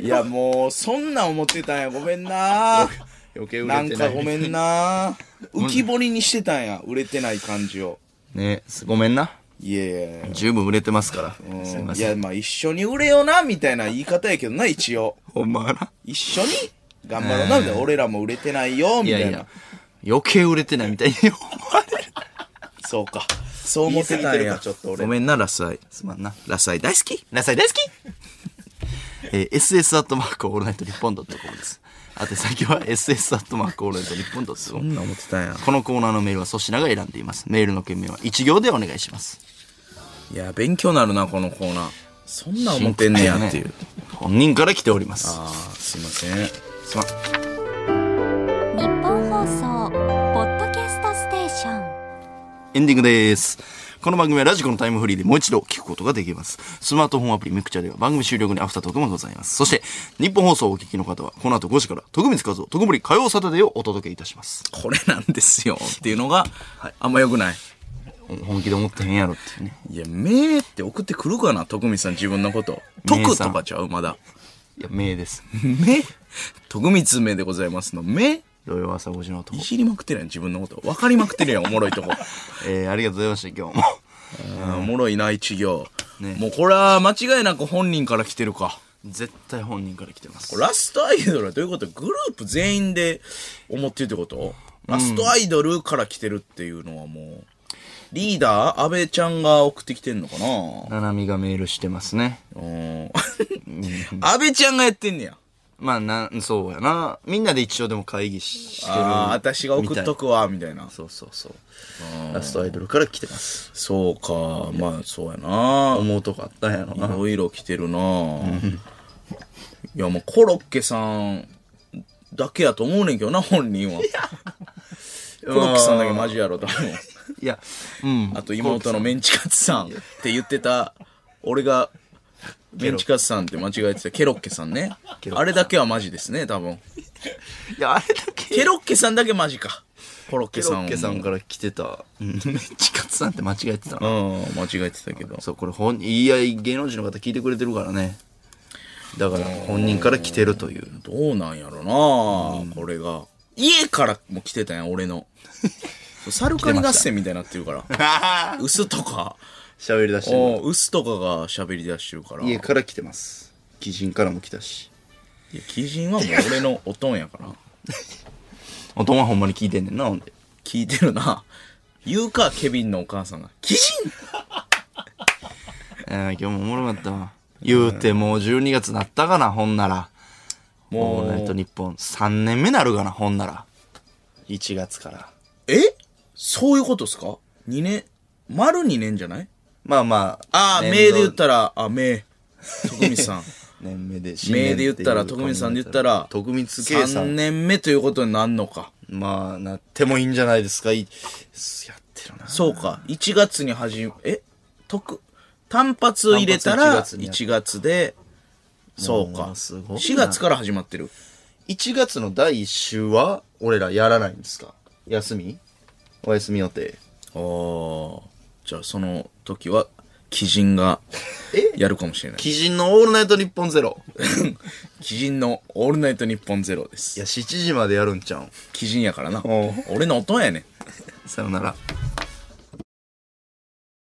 いや、もう、そんなん思ってたんや。ごめん <laughs> な。
一緒に余計売れ
なん
てな
か
い。
ごめんな。 <laughs> 浮き彫りにしてたんや。売れてない感じを。
ね、ごめんな。
いやいやいや
十分売れてますから。
うん
すいま
い
せ
や、
ん。
まあ一緒に売れよな、みたいな言い方やけどな、一応。
ほんまはな。
一緒に頑張ろうな、みたいな。俺らも売れてないよ、
い
みた
や
い
い
な
や。。余計売れてないみたいに思われる。
そうか。そう思ってたんや。ごめんな、ラサイ。
すまんな。
ラサイ大好き
なさい大好き <laughs> えー、ss アットマークオールナイト日本ドットコムです。あて先は ss アットマークオールナイト日本ドットコ
そ
ム。
んなん思ってたんや。
このコーナーのメールは粗品が選んでいます。メールの件名は一行でお願いします。
いや、勉強なるな、このコーナー。そんなん思ってんねやっていう。
本人から来ております。
あー、すいません。
すまん
日本放送ポッドキャストステーション
エンディングです。この番組はラジコのタイムフリーでもう一度聞くことができます。スマートフォンアプリミクチャでは番組終了後にアフタートークもございます。そして、日本放送をお聞きの方は、この後5時から、徳光和夫、徳森火曜サタデーをお届けいたします。
これなんですよっていうのが、あんま良くない。
本気で思ってへんやろっていうね。
いや、名って送ってくるかな、徳光さん自分のこと。
名
徳
さ
と
ん
かちゃう、ま <laughs> だ。
いや、名です。
名徳光名でございますの。名
土曜朝5時の男
い。じりまくってるやん、自分のこと。分かりまくってるやん、おもろい <laughs> とこ。
えー、ありがとうございました、今日も。 <laughs>
あーおもろいな、一行。
ね
もうこれは間違いなく本人から来てるか。
絶対本人から来てます。
ラストアイドルはどういうことグループ全員で思ってるってことラストアイドルから来てるっていうのはもう、リーダー安倍ちゃんが送ってきてんのかな
ななみがメールしてますね。
うん <laughs> 安倍ちゃんがやってんねや。
まあ、なん、そうやな。みんなで一応でも会議ししてる。
ああ、私が送っと
く。
くわ、みたいな。
そうそうそう。ラストアイドルから来てます。
そうか、まあそうやな。
思うとこあったんやろ
い
な。
ろいろ来てるな。 <laughs> いや、もうコロッケさんだけやと思うねんけどな、本人は。 <laughs> コロッケさんだけマジや <laughs> ろ、多分。
いや、うん。
あと妹のメンチカツさんって言ってた、俺が、メンチカツさんって間違えてたケロッケさんね。あれだけはマジですね、多分。
いや、あれだけ。
ケロッケさんだけマジか。コロッ
ケ
ケ
ロ
さんは
ッケさんから来てた。うんメンチカツさんって間違えてた
う
な。
ん、間違えてたけど。
そう、これ本、いや、芸能人の方聞いてくれてるからね。だから、本人から来てるという。
どうなんやろな、これが。家からも来てたやん、俺 <laughs> の。サルカニ合戦みたいになってるから。薄と <laughs> か、
<laughs> 喋り出して
お
る。
う薄とかが喋り出してるから。い
家
や、
から来てます。鬼人からも来たし。
鬼人はもう俺のおとんやから。
おとんはほんまに聞いてんねんな、ほんで。
聞いてるな。言うか、ケビンのお母さんが。鬼人
えー、今日もおもろかったわ。言うてもう12月なったかな、ほんなら。オ
も
ールナイト
う、
日本3年目なるかな、ほんなら。1月から。
えそういうことっすか ?2 年、丸2年じゃない
まあまあ。
ああ、名で言った
ら。
ら、あ、名。徳光さん。
年目で。
名で言ったら、徳光さんで言ったら、
徳光圭さ
3
ん。
年目ということになんのか。
まあ、なってもいいんじゃないですか。いやってるな。
そうか。1月に始め、え特、単発入れたら
単発1月にやった
1月で、そう
も
か。
うすごいな
4月から始まってる。
1月の第1週は、俺らやらないんですか休みお休み予定。
ああ。じゃあその時は、鬼人が
え
やるかもしれない。
鬼人のオールナイト日本ゼロ。
鬼人のオールナイトニッポンゼロで
い
す
や、。7時までやるんちゃうん。
鬼人やからな
おう。
俺の音やねん。
さよなら。